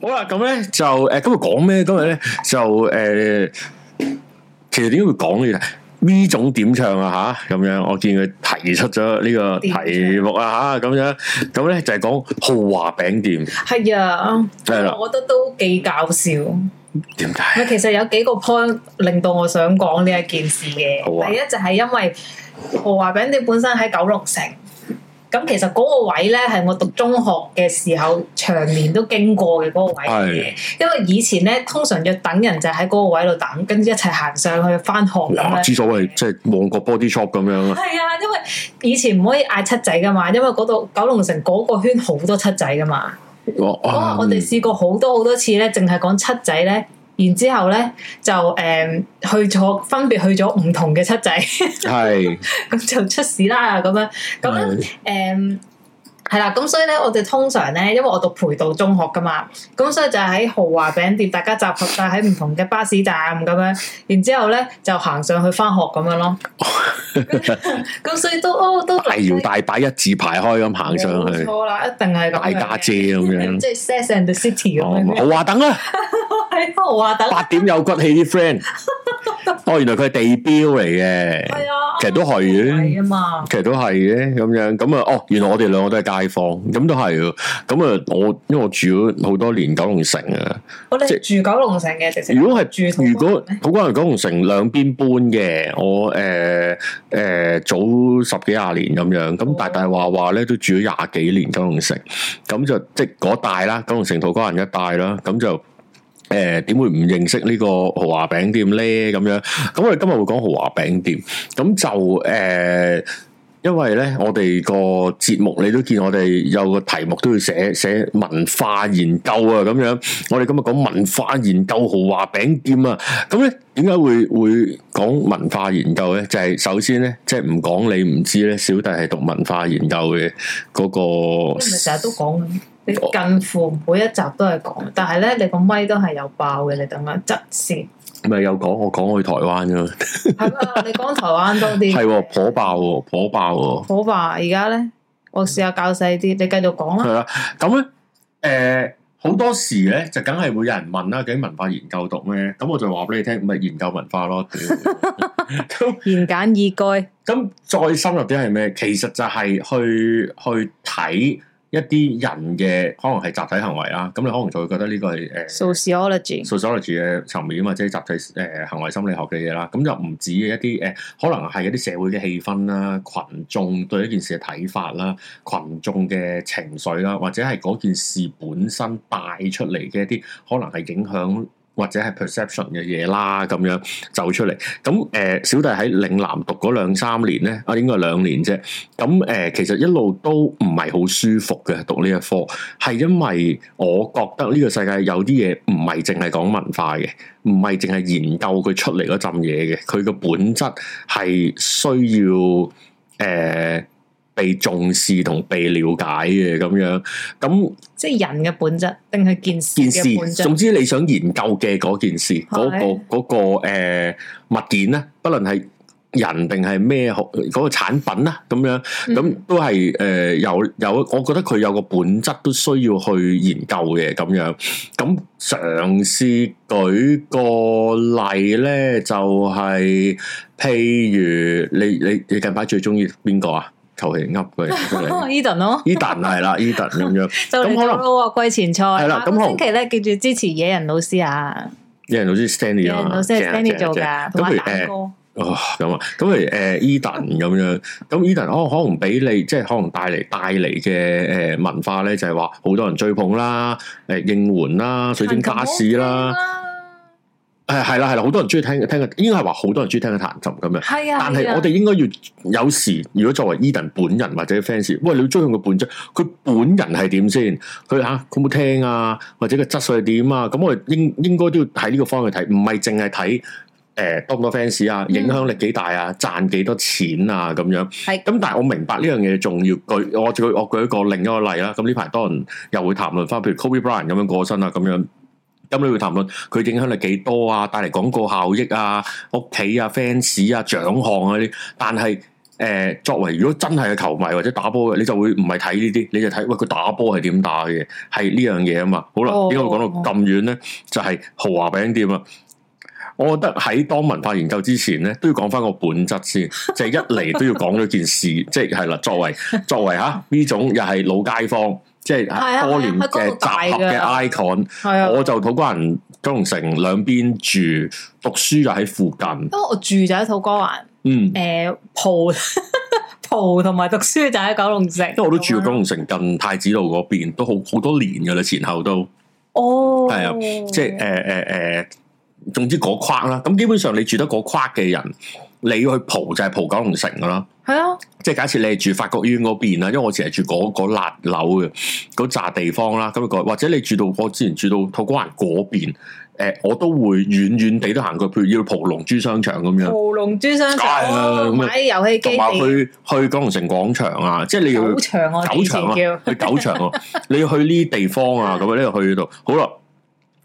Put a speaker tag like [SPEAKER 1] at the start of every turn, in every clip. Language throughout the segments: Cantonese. [SPEAKER 1] 好啦，咁咧就誒、呃今日講咩？今日咧就誒、呃其實點解會講呢？呢種點唱啊吓，咁樣我見佢提出咗呢個題目啊吓，咁樣咁咧就係講豪華餅店
[SPEAKER 2] 係啊，
[SPEAKER 1] 係啦
[SPEAKER 2] 我覺得都幾搞笑。唔
[SPEAKER 1] 點解？
[SPEAKER 2] 係，其實有幾個 point 令到我想講呢一件事嘅。
[SPEAKER 1] 好啊
[SPEAKER 2] 第一就係因為豪華餅店本身喺九龍城，咁其實嗰個位咧係我讀中學嘅時候長年都經過嘅嗰個位嚟嘅。因為以前咧通常約等人就喺嗰個位度等，跟住一齊行上去翻學咁
[SPEAKER 1] 哇！
[SPEAKER 2] 樣。
[SPEAKER 1] 之所謂即係旺角 body shop 咁樣啊，
[SPEAKER 2] 係啊，因為以前唔可以嗌七仔噶嘛，因為嗰度九龍城嗰個圈好多七仔噶嘛。
[SPEAKER 1] 我嗯
[SPEAKER 2] 嗰哦日我哋試過好多好多次咧，淨係講七仔咧，然之後咧就誒、嗯去咗分別去咗唔同嘅七仔，
[SPEAKER 1] 係嗯
[SPEAKER 2] 咁就出事啦咁樣，咁咧
[SPEAKER 1] 係
[SPEAKER 2] 誒係啦，咁所以咧，我哋通常咧，因為我讀培道中學噶嘛，咁所以就喺豪華餅店，大家集合晒喺唔同嘅巴士站咁樣，然之後咧就行上去翻學咁 樣咯。咁所以都哦都
[SPEAKER 1] 大搖大擺一字排開咁行上
[SPEAKER 2] 冇
[SPEAKER 1] 去，
[SPEAKER 2] 錯啦，一定係咁
[SPEAKER 1] 大
[SPEAKER 2] 樣嘅
[SPEAKER 1] 家姐咁樣。
[SPEAKER 2] 即係 Sex and the City 咁
[SPEAKER 1] 哦
[SPEAKER 2] 樣，
[SPEAKER 1] 豪華等啦，
[SPEAKER 2] 喺豪華等。
[SPEAKER 1] 八點有骨氣啲 friend。哦，原來佢係地標嚟嘅，
[SPEAKER 2] 係啊，
[SPEAKER 1] 其實都係
[SPEAKER 2] 係
[SPEAKER 1] 嘅
[SPEAKER 2] 啊嘛，
[SPEAKER 1] 其實都係嘅咁樣。咁啊，哦，原來我哋兩個都係街坊，咁都係喎。咁啊，我因為我住咗好多年九龍城啊。
[SPEAKER 2] 我哋
[SPEAKER 1] 即
[SPEAKER 2] 住九龍城嘅，直情
[SPEAKER 1] 如果係
[SPEAKER 2] 住
[SPEAKER 1] 如果土瓜灣九龍城兩邊搬嘅，我誒誒、呃早十幾廿年咁樣，咁大大話話咧都住咗廿幾年九龍城，咁就即係嗰帶啦，九龍城土瓜灣一帶啦，咁就。誒呃點、會唔認識呢個豪華餅店咧？咁樣咁我哋今日會講豪華餅店，咁就誒、因為咧我哋個節目你都見我哋有個題目都要寫寫文化研究啊咁樣，我哋今日講文化研究豪華餅店啊，咁咧點解會會講文化研究咧？就係、首先咧，即係唔講你唔知咧，小弟係讀文化研究嘅嗰、
[SPEAKER 2] 你咪
[SPEAKER 1] 個。
[SPEAKER 2] 成日都講嘅，你
[SPEAKER 1] 哦
[SPEAKER 2] 近乎每一集都係講，但係咧你個咪都係有爆嘅，你等下側線
[SPEAKER 1] 咪有講我講我去台灣啫嘛，
[SPEAKER 2] 係啊，你講台灣多啲
[SPEAKER 1] 係喎，頗爆喎，頗爆喎。
[SPEAKER 2] 好吧，而家咧我試下教細啲，你繼續講啦，
[SPEAKER 1] 係啦，咁咧，誒、好多時咧就梗係會有人問啦，究竟文化研究讀咩？咁我就話俾你聽，咪研究文化咯。屌咁
[SPEAKER 2] 言簡意賅，
[SPEAKER 1] 咁再深入啲係咩？其實就係去去睇一啲人嘅可能係集體行為啦。咁你可能就會覺得呢個係誒。
[SPEAKER 2] sociology，
[SPEAKER 1] sociology 嘅層面啊嘛，即係集體誒、呃行為心理學嘅嘢啦，咁就唔止一啲誒、呃可能係一啲社會嘅氣氛啦、群眾對一件事嘅睇法啦、群眾嘅情緒啦，或者係嗰件事本身帶出嚟嘅一啲可能係影響。或者係 perception 嘅嘢啦，咁樣走出嚟。咁誒、呃小弟喺嶺南讀嗰兩三年咧，啊應該係兩年啫。咁誒、呃其實一路都唔係好舒服嘅讀呢一科。係因為我覺得呢個世界有啲嘢唔係淨係講文化嘅，唔係淨係研究佢出嚟嗰陣嘢嘅，佢嘅本質係需要誒、呃被重視同被了解嘅咁樣。咁
[SPEAKER 2] 即係人嘅本質定係件事
[SPEAKER 1] 件
[SPEAKER 2] 嘅本
[SPEAKER 1] 事，
[SPEAKER 2] 質
[SPEAKER 1] 總之你想研究嘅嗰件事，嗰、
[SPEAKER 2] 係
[SPEAKER 1] 個嗰、個呃物件咧，不論係人定係咩好嗰、個產品啦，咁樣。咁
[SPEAKER 2] 嗯
[SPEAKER 1] 都係誒、呃有有，我覺得佢有個本質都需要去研究嘅咁樣。咁嘗試舉個例咧，就係、譬如你你你近排最中意邊個啊？求其噏佢出 嚟。
[SPEAKER 2] Eden 哦咯。
[SPEAKER 1] Eden 係啦，Eden 咁樣，
[SPEAKER 2] 就嚟
[SPEAKER 1] 咁可能
[SPEAKER 2] 到咯喎，季前賽
[SPEAKER 1] 係啦
[SPEAKER 2] 下
[SPEAKER 1] 咁
[SPEAKER 2] 個
[SPEAKER 1] 可能
[SPEAKER 2] 星期咧，記住支持野人老師啊，
[SPEAKER 1] 有人老師 Stanley
[SPEAKER 2] 野
[SPEAKER 1] 啊
[SPEAKER 2] 人
[SPEAKER 1] 嘛，
[SPEAKER 2] 老師係
[SPEAKER 1] 正啊正
[SPEAKER 2] Stanley
[SPEAKER 1] 啊
[SPEAKER 2] 做
[SPEAKER 1] 正啊
[SPEAKER 2] 噶，
[SPEAKER 1] 咁
[SPEAKER 2] 同埋
[SPEAKER 1] 譬如
[SPEAKER 2] 蛋
[SPEAKER 1] 誒
[SPEAKER 2] 哥。
[SPEAKER 1] 哦，咁啊，咁譬如誒 Eden 咁樣，咁 Eden 哦可可能俾你即係可能帶嚟帶嚟嘅誒文化咧，就係話好多人追捧啦，誒應援啦，水晶巴士啦，誒係啦係啦，好多人中意聽聽嘅，應該係話好多人中意聽嘅彈琴咁樣。
[SPEAKER 2] 係啊，
[SPEAKER 1] 但係我哋應該要有時，如果作為 Eden 本人或者 fans，喂，你要追向佢本質，佢本人係點先？佢吓佢冇聽啊，或者個質素係點啊？咁我哋應應該都要喺呢個方向睇，唔係淨係睇誒多唔多 fans
[SPEAKER 2] 嗯
[SPEAKER 1] 啊，影響力幾大啊，賺幾多錢啊咁樣。
[SPEAKER 2] 係
[SPEAKER 1] 咁但係我明白呢樣嘢重要。舉我舉我舉一個另一個例啦。咁呢排多人又會談論翻，譬如 Kobe Bryant 咁樣過身啊，咁樣。咁你會談論佢影響力幾多啊，帶嚟廣告效益啊，屋企啊、fans 啊、獎項啊呢啲，但係呃作為如果真係嘅球迷或者打波嘅，你就會唔係睇呢啲，你就睇喂佢打波係點打嘅，係呢樣嘢啊嘛。好啦
[SPEAKER 2] 哦，
[SPEAKER 1] 點解會講到咁遠咧？就係、豪華餅店啊！我覺得喺當文化研究之前咧，都要講翻個本質 先，就係一嚟都要講咗件事，即係係啦，作為作為吓呢種又係老街坊，即
[SPEAKER 2] 啊
[SPEAKER 1] 係多年
[SPEAKER 2] 係啊喺嗰
[SPEAKER 1] 嘅
[SPEAKER 2] 度大
[SPEAKER 1] 集合
[SPEAKER 2] 㗎
[SPEAKER 1] 嘅 icon。
[SPEAKER 2] 係啊，
[SPEAKER 1] 我就土瓜灣九龍城兩邊住，讀書就喺附近。
[SPEAKER 2] 因為我住就喺土瓜灣，
[SPEAKER 1] 嗯，
[SPEAKER 2] 誒 蒲蒲同埋讀書就喺九龍城，因
[SPEAKER 1] 因為我都住過九龍城近太子路嗰邊，都好好多年噶啦，前後都
[SPEAKER 2] 哦，
[SPEAKER 1] 係啊即係誒誒誒，總之嗰框啦。咁基本上你住得嗰框嘅人，你要去蒲就係蒲九龍城噶啦。
[SPEAKER 2] 係啊，
[SPEAKER 1] 即係假設你係住法國醫院嗰邊啦，因為我成日住嗰嗰辣樓嘅嗰扎地方啦，咁個或者你住到我之前住到土瓜灣嗰邊，誒、呃我都會遠遠地都行過，譬如要蒲龍珠商場咁樣。
[SPEAKER 2] 蒲龍珠商
[SPEAKER 1] 梗係啦咁
[SPEAKER 2] 場，
[SPEAKER 1] 啊
[SPEAKER 2] 買遊戲機
[SPEAKER 1] 同埋
[SPEAKER 2] 地
[SPEAKER 1] 去去九龍城廣場啊，即係你要
[SPEAKER 2] 九場我哋以
[SPEAKER 1] 九
[SPEAKER 2] 前
[SPEAKER 1] 場啊，
[SPEAKER 2] 叫
[SPEAKER 1] 去九場啊，你要去呢啲地方啊，咁啊呢度去到，好啦。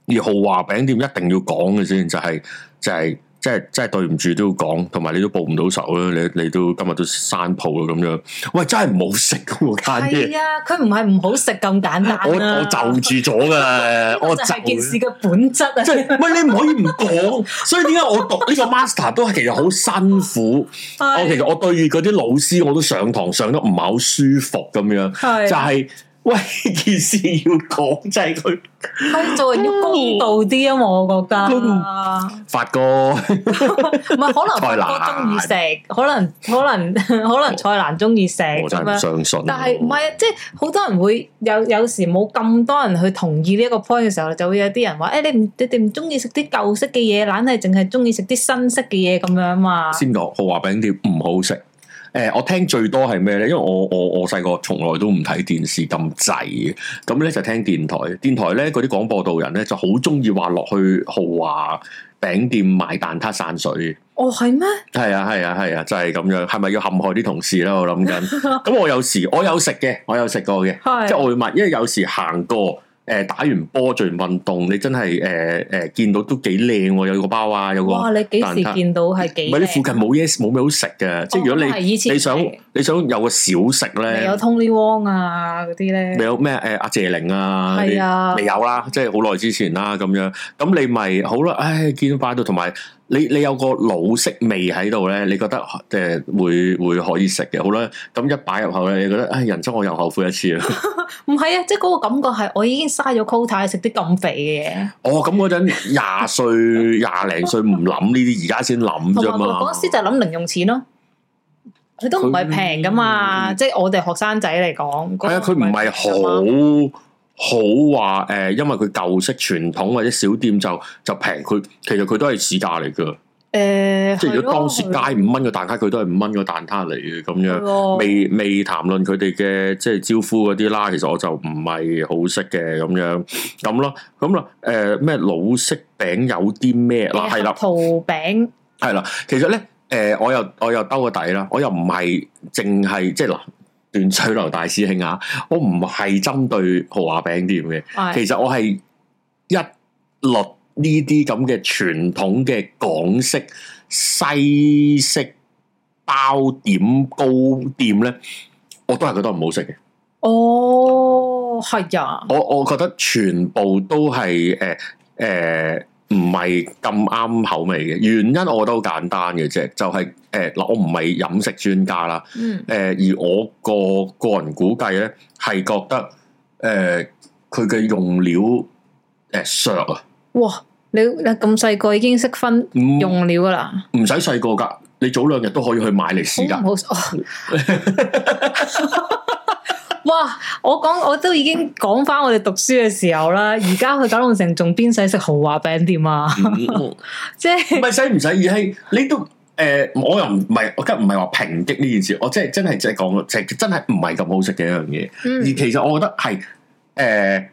[SPEAKER 1] 而豪華餅店一定要講嘅先，就係、就係、即係即係對唔住都要講，同埋你都報唔到仇啦，你你都今日都閂鋪啦咁樣。喂，真係唔好食喎間嘢，
[SPEAKER 2] 係啊，佢唔係唔好食咁簡單啊，
[SPEAKER 1] 我我就住咗噶啦，我
[SPEAKER 2] 我
[SPEAKER 1] 就
[SPEAKER 2] 就係件事嘅本質啊，
[SPEAKER 1] 即係喂，你唔可以唔講，所以點解我讀呢個 master 都係其實好辛苦。我哦其實我對住嗰啲老師我都上堂上得唔係好舒服咁樣，
[SPEAKER 2] 係
[SPEAKER 1] 就係、喂件事要講就係佢
[SPEAKER 2] 係做人要公道啲啊嘛，我覺得
[SPEAKER 1] 發哥，啊
[SPEAKER 2] 唔係可能
[SPEAKER 1] 蔡
[SPEAKER 2] 發
[SPEAKER 1] 瀾
[SPEAKER 2] 哥中意食，可能可能 可能蔡瀾中意食
[SPEAKER 1] 我
[SPEAKER 2] 咁
[SPEAKER 1] 真係唔
[SPEAKER 2] 樣。
[SPEAKER 1] 相信。
[SPEAKER 2] 但係唔係啊？即係好多人會有有時冇咁多人去同意呢一個 point 嘅時候，就會有啲人話：誒、你唔你哋唔中意食啲舊式嘅嘢，懶係淨係中意食啲新式嘅嘢咁樣嘛。
[SPEAKER 1] 先講豪華餅店唔好食。誒、我聽最多係咩咧？因為我我我細個從來都唔睇電視咁滯嘅，咁咧就聽電台。電台咧嗰啲廣播道人咧就好中意話落去豪華餅店買蛋撻散水。
[SPEAKER 2] 哦，係咩？
[SPEAKER 1] 係啊，係啊，係啊，就係、咁樣。係咪要陷害啲同事咧？我諗 緊。咁我有時我有食嘅，我有食過嘅。
[SPEAKER 2] 係
[SPEAKER 1] 即係我會問，因為有時行過。誒、打完波做完運動，你真係誒誒見到都幾靚喎，有個包啊，有個
[SPEAKER 2] 哇！你幾時
[SPEAKER 1] 蛋撻
[SPEAKER 2] 見到係
[SPEAKER 1] 唔
[SPEAKER 2] 幾靚？
[SPEAKER 1] 係你附近冇嘢冇咩好食嘅，即係如果
[SPEAKER 2] 哦可能係以
[SPEAKER 1] 你
[SPEAKER 2] 前
[SPEAKER 1] 你想
[SPEAKER 2] 係
[SPEAKER 1] 你想有個小食
[SPEAKER 2] 未有
[SPEAKER 1] 咧，
[SPEAKER 2] Tony Wong 啊嗰啲咧
[SPEAKER 1] 未，有咩誒阿謝玲啊，
[SPEAKER 2] 係啊
[SPEAKER 1] 嗰啲未有啦，即係好耐之前啦咁樣，咁你咪好啦，唉，見到擺到，同埋你你有個老式味喺度咧，你覺得誒會會可以食嘅，好啦，咁一擺入口咧，你覺得唉，人生我又後悔一次 啦。
[SPEAKER 2] 唔係啊！即係嗰個感覺係我已經嘥咗 quota 食啲咁肥嘅嘢。
[SPEAKER 1] 哦，咁嗰陣廿歲廿零歲唔諗呢啲，而家先諗
[SPEAKER 2] 同
[SPEAKER 1] 啫
[SPEAKER 2] 埋
[SPEAKER 1] 嘛。
[SPEAKER 2] 嗰時就諗零用錢咯。佢都唔係平噶嘛，即係我哋學生仔嚟講，
[SPEAKER 1] 嗯係啊，佢唔係
[SPEAKER 2] 啊
[SPEAKER 1] 好好話誒、呃因為佢舊式傳統或者小店就就平，佢其實佢都係市價嚟㗎。
[SPEAKER 2] 誒，
[SPEAKER 1] 即係如果當時
[SPEAKER 2] 時
[SPEAKER 1] 街五蚊個蛋撻，佢都係五蚊個蛋撻嚟嘅咁樣。
[SPEAKER 2] 未
[SPEAKER 1] 未未談論佢哋嘅即係招呼嗰啲啦，其實我就唔係好識嘅咁樣咁咯，咁啦誒咩老式餅有啲咩嗱係啦
[SPEAKER 2] 桃餅
[SPEAKER 1] 係啦，其實咧，誒、我又我又兜個底啦，我又唔係淨係即係嗱，斷水流大師兄啊，我唔係針對豪華餅店嘅，
[SPEAKER 2] 係
[SPEAKER 1] 其實我係一律呢啲咁嘅傳統嘅港式、西式包點糕店咧，我都係覺得唔好食嘅。
[SPEAKER 2] 哦，係啊，
[SPEAKER 1] 我我覺得全部都係誒誒唔係咁啱口味嘅，原因我覺得好簡單嘅啫，就係誒嗱，我唔係飲食專家啦，
[SPEAKER 2] 嗯
[SPEAKER 1] 誒、而我個個人估計咧係覺得誒佢嘅用料誒、削啊，
[SPEAKER 2] 哇！你你咁細個已經識分
[SPEAKER 1] 唔
[SPEAKER 2] 用料噶啦，
[SPEAKER 1] 唔使細個㗎，你早兩日都可以去買嚟試
[SPEAKER 2] 好
[SPEAKER 1] 㗎。
[SPEAKER 2] 唔好？哦 哇！我講我都已經講翻我哋讀書嘅時候啦，而家去九龍城仲邊使食豪華餅店啊？
[SPEAKER 1] 嗯
[SPEAKER 2] 即係
[SPEAKER 1] 唔係使唔使而係你都誒、呃我又唔唔係，我今日唔係話抨擊呢件事，我真係真係即係講，即係真係唔係咁好食嘅一樣嘢。而
[SPEAKER 2] 嗯
[SPEAKER 1] 其實我覺得係誒、呃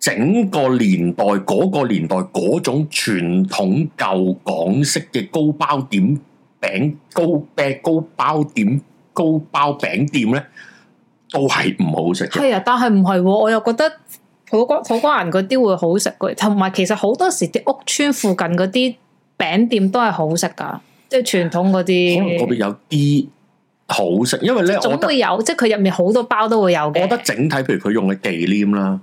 [SPEAKER 1] 整個年代嗰、個年代嗰種傳統舊港式嘅高包點餅高誒高包點高包餅店咧，都係唔好食嘅。
[SPEAKER 2] 係啊，但係唔係喎，我又覺得土瓜土瓜灣嗰啲會好食嘅，同埋其實好多時啲屋村附近嗰啲餅店都係好食噶，即係傳統嗰
[SPEAKER 1] 可能嗰邊
[SPEAKER 2] 啲。
[SPEAKER 1] 有啲好食，因為咧，我覺
[SPEAKER 2] 總
[SPEAKER 1] 得
[SPEAKER 2] 會有，即係佢入面好多包都會有
[SPEAKER 1] 我
[SPEAKER 2] 嘅。
[SPEAKER 1] 覺得整體譬如佢用嘅忌廉啦，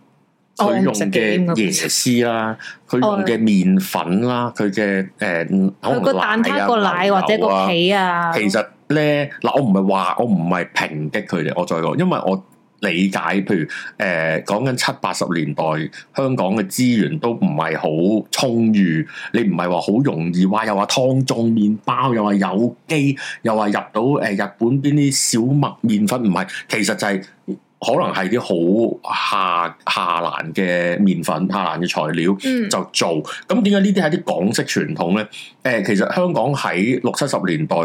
[SPEAKER 2] 哦
[SPEAKER 1] 佢用
[SPEAKER 2] 唔食忌
[SPEAKER 1] 嘅
[SPEAKER 2] 廉嘅哦
[SPEAKER 1] 椰絲啦，佢用嘅麵粉啦，佢嘅誒可
[SPEAKER 2] 佢
[SPEAKER 1] 能
[SPEAKER 2] 個蛋
[SPEAKER 1] 奶啊
[SPEAKER 2] 撻個奶或者
[SPEAKER 1] 牛啊
[SPEAKER 2] 個皮啊，
[SPEAKER 1] 其實咧，嗱，我唔係話我唔係抨擊佢哋，我再講，因為我理解，譬如誒、呃、講緊七八十年代香港嘅資源都唔係好充裕，你唔係話好容易話又話湯種麵包，又話有機，又話入到誒、呃日本邊啲小麥麵粉，唔係，其實就係、可能係啲好下下欄嘅麵粉、下欄嘅材料，
[SPEAKER 2] 嗯
[SPEAKER 1] 就做。咁點解呢啲係啲港式傳統咧？誒、其實香港喺六七十年代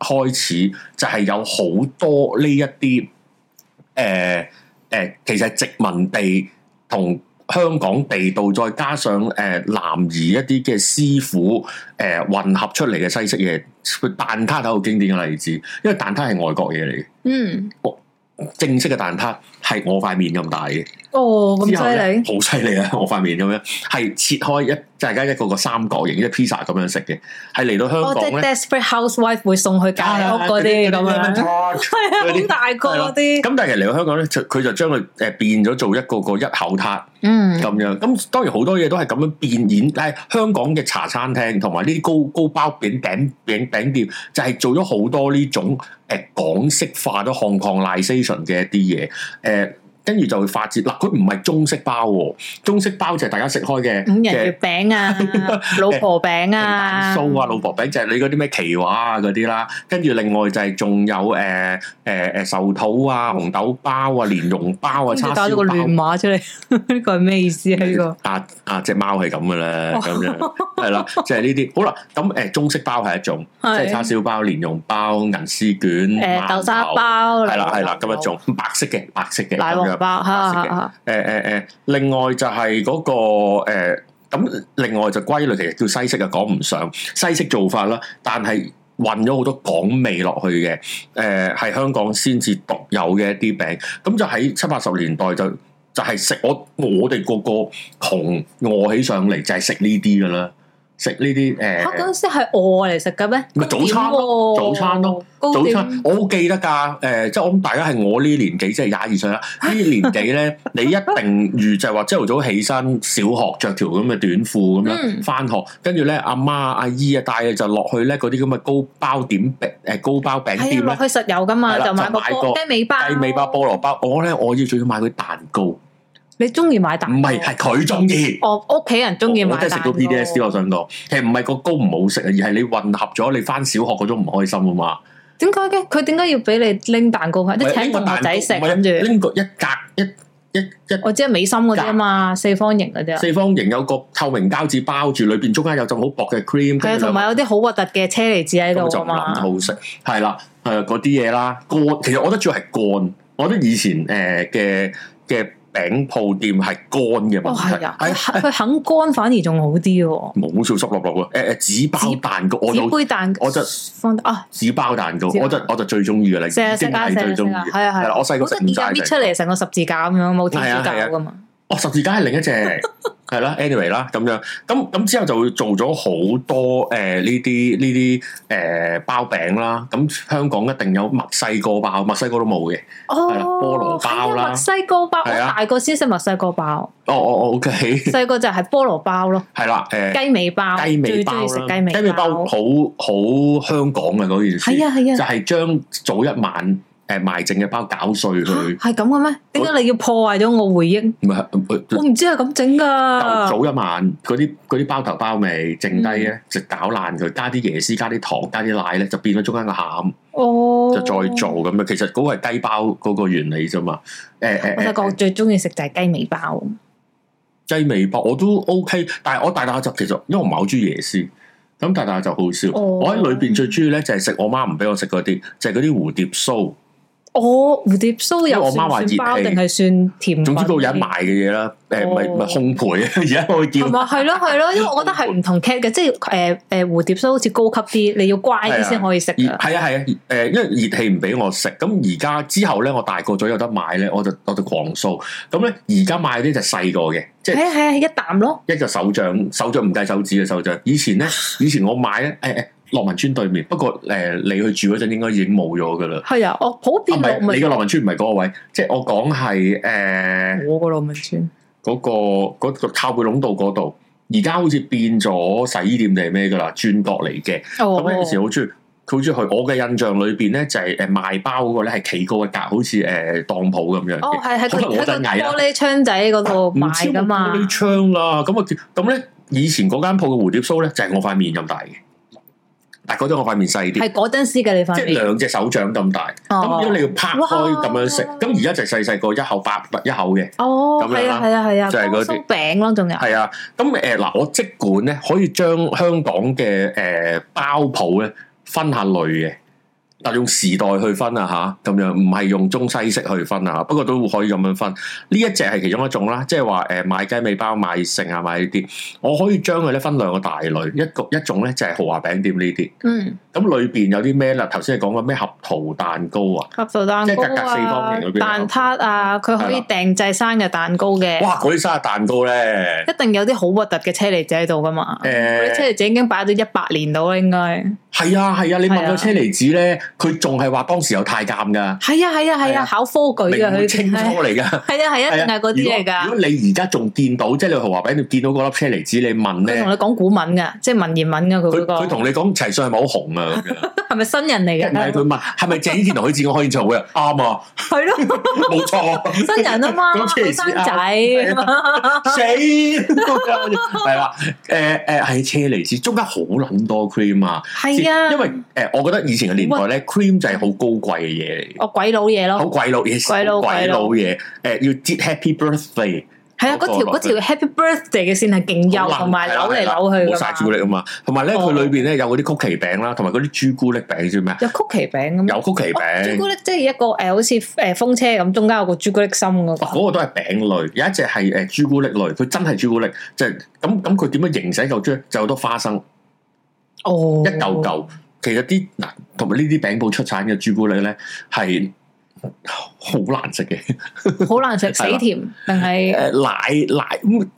[SPEAKER 1] 開始就係有好多呢一啲呃誒誒，其實係殖民地同香港地道，再加上誒、呃南移一啲嘅師傅誒、呃混合出嚟嘅西式嘢，佢蛋撻係一個經典嘅例子，因為蛋撻係外國嘢嚟嘅。
[SPEAKER 2] 嗯，
[SPEAKER 1] 正式嘅蛋撻係我塊面咁大嘅，
[SPEAKER 2] 哦咁
[SPEAKER 1] 之後
[SPEAKER 2] 犀
[SPEAKER 1] 咧
[SPEAKER 2] 利，
[SPEAKER 1] 好犀利啊！我塊面咁樣係切開一大家一個個三角形，即係 pizza 咁樣食嘅，係嚟到香
[SPEAKER 2] 哦即
[SPEAKER 1] 港
[SPEAKER 2] 係
[SPEAKER 1] 咧。
[SPEAKER 2] Desperate Housewife 會送去隔離屋嗰啲咁樣，係啊，好大個嗰啲，
[SPEAKER 1] 咁但係其實嚟到香港咧，就佢就將佢誒變咗做一個個一口撻
[SPEAKER 2] 嗯
[SPEAKER 1] 咁樣。咁當然好多嘢都係咁樣變演，但係香港嘅茶餐廳同埋呢啲高高包餅餅餅餅店，就係做咗好多呢種誒港式化咗 Hong Kongization 嘅一啲嘢誒。跟住就會發展嗱，佢唔係中式包喎，中式包就係大家食開嘅
[SPEAKER 2] 五仁
[SPEAKER 1] 嘅
[SPEAKER 2] 月餅啊，老婆餅啊，
[SPEAKER 1] 酥啊、老婆餅就係你嗰啲咩奇華啊嗰啲啦，跟住另外就係仲有誒誒誒壽桃啊、紅豆包啊、蓮蓉包啊、
[SPEAKER 2] 跟
[SPEAKER 1] 叉
[SPEAKER 2] 住打咗
[SPEAKER 1] 燒
[SPEAKER 2] 個亂
[SPEAKER 1] 包。
[SPEAKER 2] 碼出嚟， 呢個係咩意思啊？呢個
[SPEAKER 1] 啊啊！只貓係咁嘅啦，
[SPEAKER 2] 哦
[SPEAKER 1] 咁樣係 啦，即係呢啲好啦。咁誒中式包係一種，即係叉
[SPEAKER 2] 係
[SPEAKER 1] 燒包、蓮蓉包、銀絲卷、
[SPEAKER 2] 誒豆沙
[SPEAKER 1] 饅頭，
[SPEAKER 2] 包，
[SPEAKER 1] 係啦係啦，咁
[SPEAKER 2] 樣
[SPEAKER 1] 一種白色嘅白色嘅
[SPEAKER 2] 奶
[SPEAKER 1] 咁樣
[SPEAKER 2] 黃。包，嚇嚇嚇
[SPEAKER 1] 誒誒誒，另外就係嗰、個誒咁、另外就歸類其實叫西式啊，講唔上西式做法啦，但係混咗好多港味落去嘅，誒、係香港先至獨有嘅一啲餅，咁就喺七八十年代就就係、食我我哋個個窮餓起上嚟就係食呢啲噶啦，食呢啲誒。
[SPEAKER 2] 嚇嗰陣時係餓嚟食嘅咩？
[SPEAKER 1] 咪早餐咯
[SPEAKER 2] 糕點
[SPEAKER 1] 早
[SPEAKER 2] 喎
[SPEAKER 1] 餐咯，
[SPEAKER 2] 糕
[SPEAKER 1] 早
[SPEAKER 2] 點
[SPEAKER 1] 餐我好記得㗎，誒、即係我諗大家係我呢年紀，即係廿二歲 啦。呢年紀咧，你一定預就係話朝頭早起身，小學着條咁嘅短褲咁樣
[SPEAKER 2] 嗯
[SPEAKER 1] 翻學，跟住咧阿媽阿姨啊帶你就落去咧嗰啲咁嘅高包點餅誒、高包餅
[SPEAKER 2] 係啊，
[SPEAKER 1] 店
[SPEAKER 2] 落
[SPEAKER 1] 咧，
[SPEAKER 2] 去實有噶嘛，
[SPEAKER 1] 係啦
[SPEAKER 2] 就買
[SPEAKER 1] 就
[SPEAKER 2] 個
[SPEAKER 1] 買
[SPEAKER 2] 波
[SPEAKER 1] 個
[SPEAKER 2] 雞尾包，
[SPEAKER 1] 雞尾包、菠蘿包，我咧我要仲要買佢蛋糕，唔
[SPEAKER 2] 你中意買蛋？
[SPEAKER 1] 係係，佢中意。
[SPEAKER 2] 我哦屋企人中意
[SPEAKER 1] 我
[SPEAKER 2] 買
[SPEAKER 1] 真係
[SPEAKER 2] 蛋
[SPEAKER 1] 食到 PDS 我想講，其實唔係個糕唔好食啊，而係你混合咗你翻小學嗰種唔開心啊嘛。
[SPEAKER 2] 點解嘅？佢點解要俾你拎蛋糕翻？即
[SPEAKER 1] 唔係
[SPEAKER 2] 係
[SPEAKER 1] 拎
[SPEAKER 2] 請
[SPEAKER 1] 個
[SPEAKER 2] 同學
[SPEAKER 1] 蛋
[SPEAKER 2] 仔
[SPEAKER 1] 糕
[SPEAKER 2] 食，
[SPEAKER 1] 唔係啊
[SPEAKER 2] 跟住
[SPEAKER 1] 拎個一格一一一
[SPEAKER 2] 我知係美心嗰啲啊嘛，四方形嗰啲啊，
[SPEAKER 1] 四方形有個透明膠紙包住，裏邊中間有浸好薄嘅 cream，
[SPEAKER 2] 係啊，
[SPEAKER 1] 跟住
[SPEAKER 2] 同埋有啲好核突嘅車厘子喺
[SPEAKER 1] 兩個咁
[SPEAKER 2] 度
[SPEAKER 1] 就
[SPEAKER 2] 啊
[SPEAKER 1] 唔諗
[SPEAKER 2] 嘛，
[SPEAKER 1] 好食，係啦，係啊嗰啲嘢啦，乾其實我覺得主要係乾，我覺得以前誒嘅嘅餅鋪店係乾嘅
[SPEAKER 2] 哦
[SPEAKER 1] 問題，
[SPEAKER 2] 係啊，佢佢肯乾反而仲好啲喎，
[SPEAKER 1] 冇少濕落落喎，誒誒紙包
[SPEAKER 2] 紙
[SPEAKER 1] 蛋糕我
[SPEAKER 2] 紙
[SPEAKER 1] 就
[SPEAKER 2] 杯蛋
[SPEAKER 1] 我就
[SPEAKER 2] 放啊，
[SPEAKER 1] 紙包蛋糕，
[SPEAKER 2] 紙包
[SPEAKER 1] 我就我就最中意嘅啦，已
[SPEAKER 2] 食
[SPEAKER 1] 經
[SPEAKER 2] 啊食啊食
[SPEAKER 1] 係
[SPEAKER 2] 啊
[SPEAKER 1] 最
[SPEAKER 2] 食
[SPEAKER 1] 中意
[SPEAKER 2] 啊，，係啊
[SPEAKER 1] 係啦，
[SPEAKER 2] 係啊，
[SPEAKER 1] 我細個
[SPEAKER 2] 好
[SPEAKER 1] 食
[SPEAKER 2] 得
[SPEAKER 1] 唔
[SPEAKER 2] 意㗎，
[SPEAKER 1] 晒
[SPEAKER 2] 搣
[SPEAKER 1] 成
[SPEAKER 2] 出嚟成個十字架咁樣，冇天
[SPEAKER 1] 係啊
[SPEAKER 2] 主
[SPEAKER 1] 係啊
[SPEAKER 2] 教噶嘛。
[SPEAKER 1] 哦，十字架係另 一隻，係啦，anyway 啦，咁樣，咁咁之後就會做咗好多誒呢啲呢啲誒包餅啦，咁香港一定有墨西哥包，墨西哥都冇嘅，
[SPEAKER 2] 哦，
[SPEAKER 1] 係啦菠蘿包啦
[SPEAKER 2] 係啊墨西哥包，我
[SPEAKER 1] 係啊
[SPEAKER 2] 大個先食墨西 哥包，
[SPEAKER 1] 哦哦哦，OK，係
[SPEAKER 2] 細個就係菠蘿包 咯，
[SPEAKER 1] 啦，誒
[SPEAKER 2] 雞尾包，
[SPEAKER 1] 雞尾包
[SPEAKER 2] 最中意食雞
[SPEAKER 1] 啦，
[SPEAKER 2] 尾
[SPEAKER 1] 雞尾包好好香港嘅嗰件事，
[SPEAKER 2] 係啊係
[SPEAKER 1] 就
[SPEAKER 2] 啊，
[SPEAKER 1] 係將早一晚誒賣剩嘅包搞碎
[SPEAKER 2] 嚇
[SPEAKER 1] 佢，
[SPEAKER 2] 係咁嘅咩？點解你要破壞咗我回憶？
[SPEAKER 1] 唔係呃
[SPEAKER 2] 我唔知係咁整
[SPEAKER 1] 就
[SPEAKER 2] 噶，
[SPEAKER 1] 早一晚嗰啲嗰啲包頭包尾，剩低
[SPEAKER 2] 嗯
[SPEAKER 1] 咧就搞爛佢，加啲椰絲、加啲糖、加啲奶咧，就變咗中間個餡，
[SPEAKER 2] 哦，
[SPEAKER 1] 就再做。咁樣。其實嗰個係雞包嗰個原理啫嘛。誒誒
[SPEAKER 2] 我細個
[SPEAKER 1] 誒，
[SPEAKER 2] 最中意食就係雞尾包，
[SPEAKER 1] 雞尾包我都 OK，但係我大大就其實因為我唔係好中意椰絲，咁大大就好少。
[SPEAKER 2] 哦
[SPEAKER 1] 我喺裏邊最中意咧就係食我媽唔俾我食嗰啲，就係嗰啲蝴蝶酥。
[SPEAKER 2] 我蝴蝶酥
[SPEAKER 1] 因為我
[SPEAKER 2] 又
[SPEAKER 1] 媽
[SPEAKER 2] 算
[SPEAKER 1] 話
[SPEAKER 2] 唔算
[SPEAKER 1] 熱
[SPEAKER 2] 包
[SPEAKER 1] 氣
[SPEAKER 2] 定係算甜品？
[SPEAKER 1] 總之嗰度有得賣嘅嘢啦，誒咪咪
[SPEAKER 2] 嗯哦
[SPEAKER 1] 烘焙啊，而 家我會叫
[SPEAKER 2] 係。咪係咯係咯，因為我覺得係唔同 cat 嘅，即係誒誒蝴蝶酥好似高級啲，你要乖啲先可以食
[SPEAKER 1] 熱
[SPEAKER 2] 噶。
[SPEAKER 1] 嗯係啊係啊，誒、因為熱氣唔俾我食，咁而家之後咧，我大個咗有得買咧，我就我就狂掃。咁咧而家買啲就細個嘅，即係
[SPEAKER 2] 係啊係啊，一啖咯。
[SPEAKER 1] 一個手掌，手掌唔計手指嘅手掌。以前咧，以前我買咧，誒、誒，樂民村對面，不過誒、呃你去住嗰陣應該已經冇咗噶啦。
[SPEAKER 2] 係啊，我普
[SPEAKER 1] 啊
[SPEAKER 2] 遍
[SPEAKER 1] 唔係
[SPEAKER 2] 落
[SPEAKER 1] 你
[SPEAKER 2] 咪
[SPEAKER 1] 嘅樂民村唔係嗰個位，即係我講係誒
[SPEAKER 2] 我個落咪村，
[SPEAKER 1] 嗰個嗰、個靠背壟道嗰度，而家好似變咗洗衣店定係咩噶啦，轉角嚟嘅。
[SPEAKER 2] 哦
[SPEAKER 1] 咁，嗰陣時好中意，佢好中意去。我嘅印象裏邊咧就係誒賣包嗰個咧係企高一格，好似誒當鋪咁樣
[SPEAKER 2] 哦
[SPEAKER 1] 嘅。
[SPEAKER 2] 係喺個
[SPEAKER 1] 可能我
[SPEAKER 2] 喺個
[SPEAKER 1] 真係啦
[SPEAKER 2] 玻璃窗仔嗰度
[SPEAKER 1] 啊唔知
[SPEAKER 2] 賣噶嘛，
[SPEAKER 1] 呢窗啦，咁啊咁咧，以前嗰間鋪嘅蝴蝶鬚咧就係我塊面咁大嘅，但係嗰陣我塊面細啲，
[SPEAKER 2] 係嗰陣時嘅你
[SPEAKER 1] 即
[SPEAKER 2] 哦塊
[SPEAKER 1] 係
[SPEAKER 2] 面，
[SPEAKER 1] 兩隻手掌咁大。咁如果你要拍開咁樣食，
[SPEAKER 2] 哇
[SPEAKER 1] 咁而家就細細個一口八一口嘅。
[SPEAKER 2] 哦，
[SPEAKER 1] 咁樣
[SPEAKER 2] 係
[SPEAKER 1] 啦
[SPEAKER 2] 啊係啊係啊，
[SPEAKER 1] 就係嗰啲
[SPEAKER 2] 江蘇餅咯，仲有
[SPEAKER 1] 係啊，咁誒嗱，我即管咧可以將香港嘅誒、呃包鋪咧分下類嘅，但用時代去分啊吓，咁樣唔係用中西式去分啊，不過都可以咁樣分。呢一隻係其中一種啦，即係話誒買雞尾包、買剩啊、買呢啲，我可以將佢咧分兩個大類，一個一種咧就係豪華餅店呢啲，
[SPEAKER 2] 嗯
[SPEAKER 1] 咁裏邊有啲咩啦？頭先你講過咩合桃蛋糕啊？
[SPEAKER 2] 合桃蛋
[SPEAKER 1] 即係
[SPEAKER 2] 糕
[SPEAKER 1] 格格四
[SPEAKER 2] 啊
[SPEAKER 1] 方形嗰邊啊
[SPEAKER 2] 蛋撻啊，佢可以
[SPEAKER 1] 係啦
[SPEAKER 2] 訂製生日蛋糕嘅，
[SPEAKER 1] 哇！嗰啲生日蛋糕咧，
[SPEAKER 2] 一定有啲好核突嘅車厘子喺度噶嘛。
[SPEAKER 1] 誒、
[SPEAKER 2] 嗰啲車厘子已經擺咗一百年到啦，應該係
[SPEAKER 1] 係啊係啊，你問
[SPEAKER 2] 係
[SPEAKER 1] 個
[SPEAKER 2] 啊
[SPEAKER 1] 車厘子咧，佢仲係話當時有太監噶，
[SPEAKER 2] 啊係啊係
[SPEAKER 1] 係啊
[SPEAKER 2] 啊，考科舉
[SPEAKER 1] 明
[SPEAKER 2] 嘅
[SPEAKER 1] 末
[SPEAKER 2] 佢
[SPEAKER 1] 清初
[SPEAKER 2] 係
[SPEAKER 1] 嚟噶。
[SPEAKER 2] 係啊係啊，一定係嗰啲嚟
[SPEAKER 1] 如果
[SPEAKER 2] 㗎。
[SPEAKER 1] 如果你而家仲見到，即係你去華餅店見到嗰粒車厘子，你問
[SPEAKER 2] 佢同
[SPEAKER 1] 咧，
[SPEAKER 2] 你講古文㗎，即係文言文㗎佢
[SPEAKER 1] 佢
[SPEAKER 2] 嗰個
[SPEAKER 1] 佢同你講齊信係咪好紅啊？咁 樣
[SPEAKER 2] 係咪新人嚟
[SPEAKER 1] 跟住
[SPEAKER 2] 嘅？
[SPEAKER 1] 佢問係咪鄭伊健同許志安開演唱會啊？啱啊，
[SPEAKER 2] 係咯，
[SPEAKER 1] 冇 錯，
[SPEAKER 2] 新人啊 嘛，
[SPEAKER 1] 咁
[SPEAKER 2] 後
[SPEAKER 1] 黐線
[SPEAKER 2] 生
[SPEAKER 1] 啊
[SPEAKER 2] 仔
[SPEAKER 1] 死係啦。誒誒係車厘子，中間好撚多 cream 啊！
[SPEAKER 2] 係啊，
[SPEAKER 1] 因為誒，我覺得以前嘅年代咧，cream 就係好高貴嘅嘢嚟嘅，
[SPEAKER 2] 哦鬼佬嘢
[SPEAKER 1] 好
[SPEAKER 2] 咯，
[SPEAKER 1] 鬼佬嘢，
[SPEAKER 2] 鬼佬
[SPEAKER 1] 好鬼
[SPEAKER 2] 鬼
[SPEAKER 1] 佬
[SPEAKER 2] 佬
[SPEAKER 1] 嘢。誒要接 Happy Birthday。
[SPEAKER 2] 係啊，
[SPEAKER 1] 嗰
[SPEAKER 2] 嗰
[SPEAKER 1] 個
[SPEAKER 2] 條嗰條 Happy Birthday 嘅線係勁幼，同埋扭嚟扭
[SPEAKER 1] 啊冇
[SPEAKER 2] 去
[SPEAKER 1] 晒朱古
[SPEAKER 2] 㗎嘛，
[SPEAKER 1] 力啊嘛，同埋咧
[SPEAKER 2] 哦
[SPEAKER 1] 佢裏邊咧有嗰啲曲奇餅啦，同埋嗰啲朱古力餅，知唔知咩？
[SPEAKER 2] 有曲奇餅咁樣
[SPEAKER 1] 有。曲奇
[SPEAKER 2] 哦朱古
[SPEAKER 1] 餅，
[SPEAKER 2] 力即係一個誒、呃好似誒、呃、風車咁，中間有個朱古力心嗰、
[SPEAKER 1] 哦
[SPEAKER 2] 個。
[SPEAKER 1] 嗰個都係餅類，有一隻係誒朱古力類，佢真係朱古力，就係咁咁佢點樣形成嚿朱？就好多花生
[SPEAKER 2] 哦
[SPEAKER 1] 一嚿嚿。其實啲嗱，同埋呢啲餅鋪出產嘅朱古力咧係好難食嘅，
[SPEAKER 2] 好難食，死
[SPEAKER 1] 係啦
[SPEAKER 2] 甜定係
[SPEAKER 1] 誒奶奶咁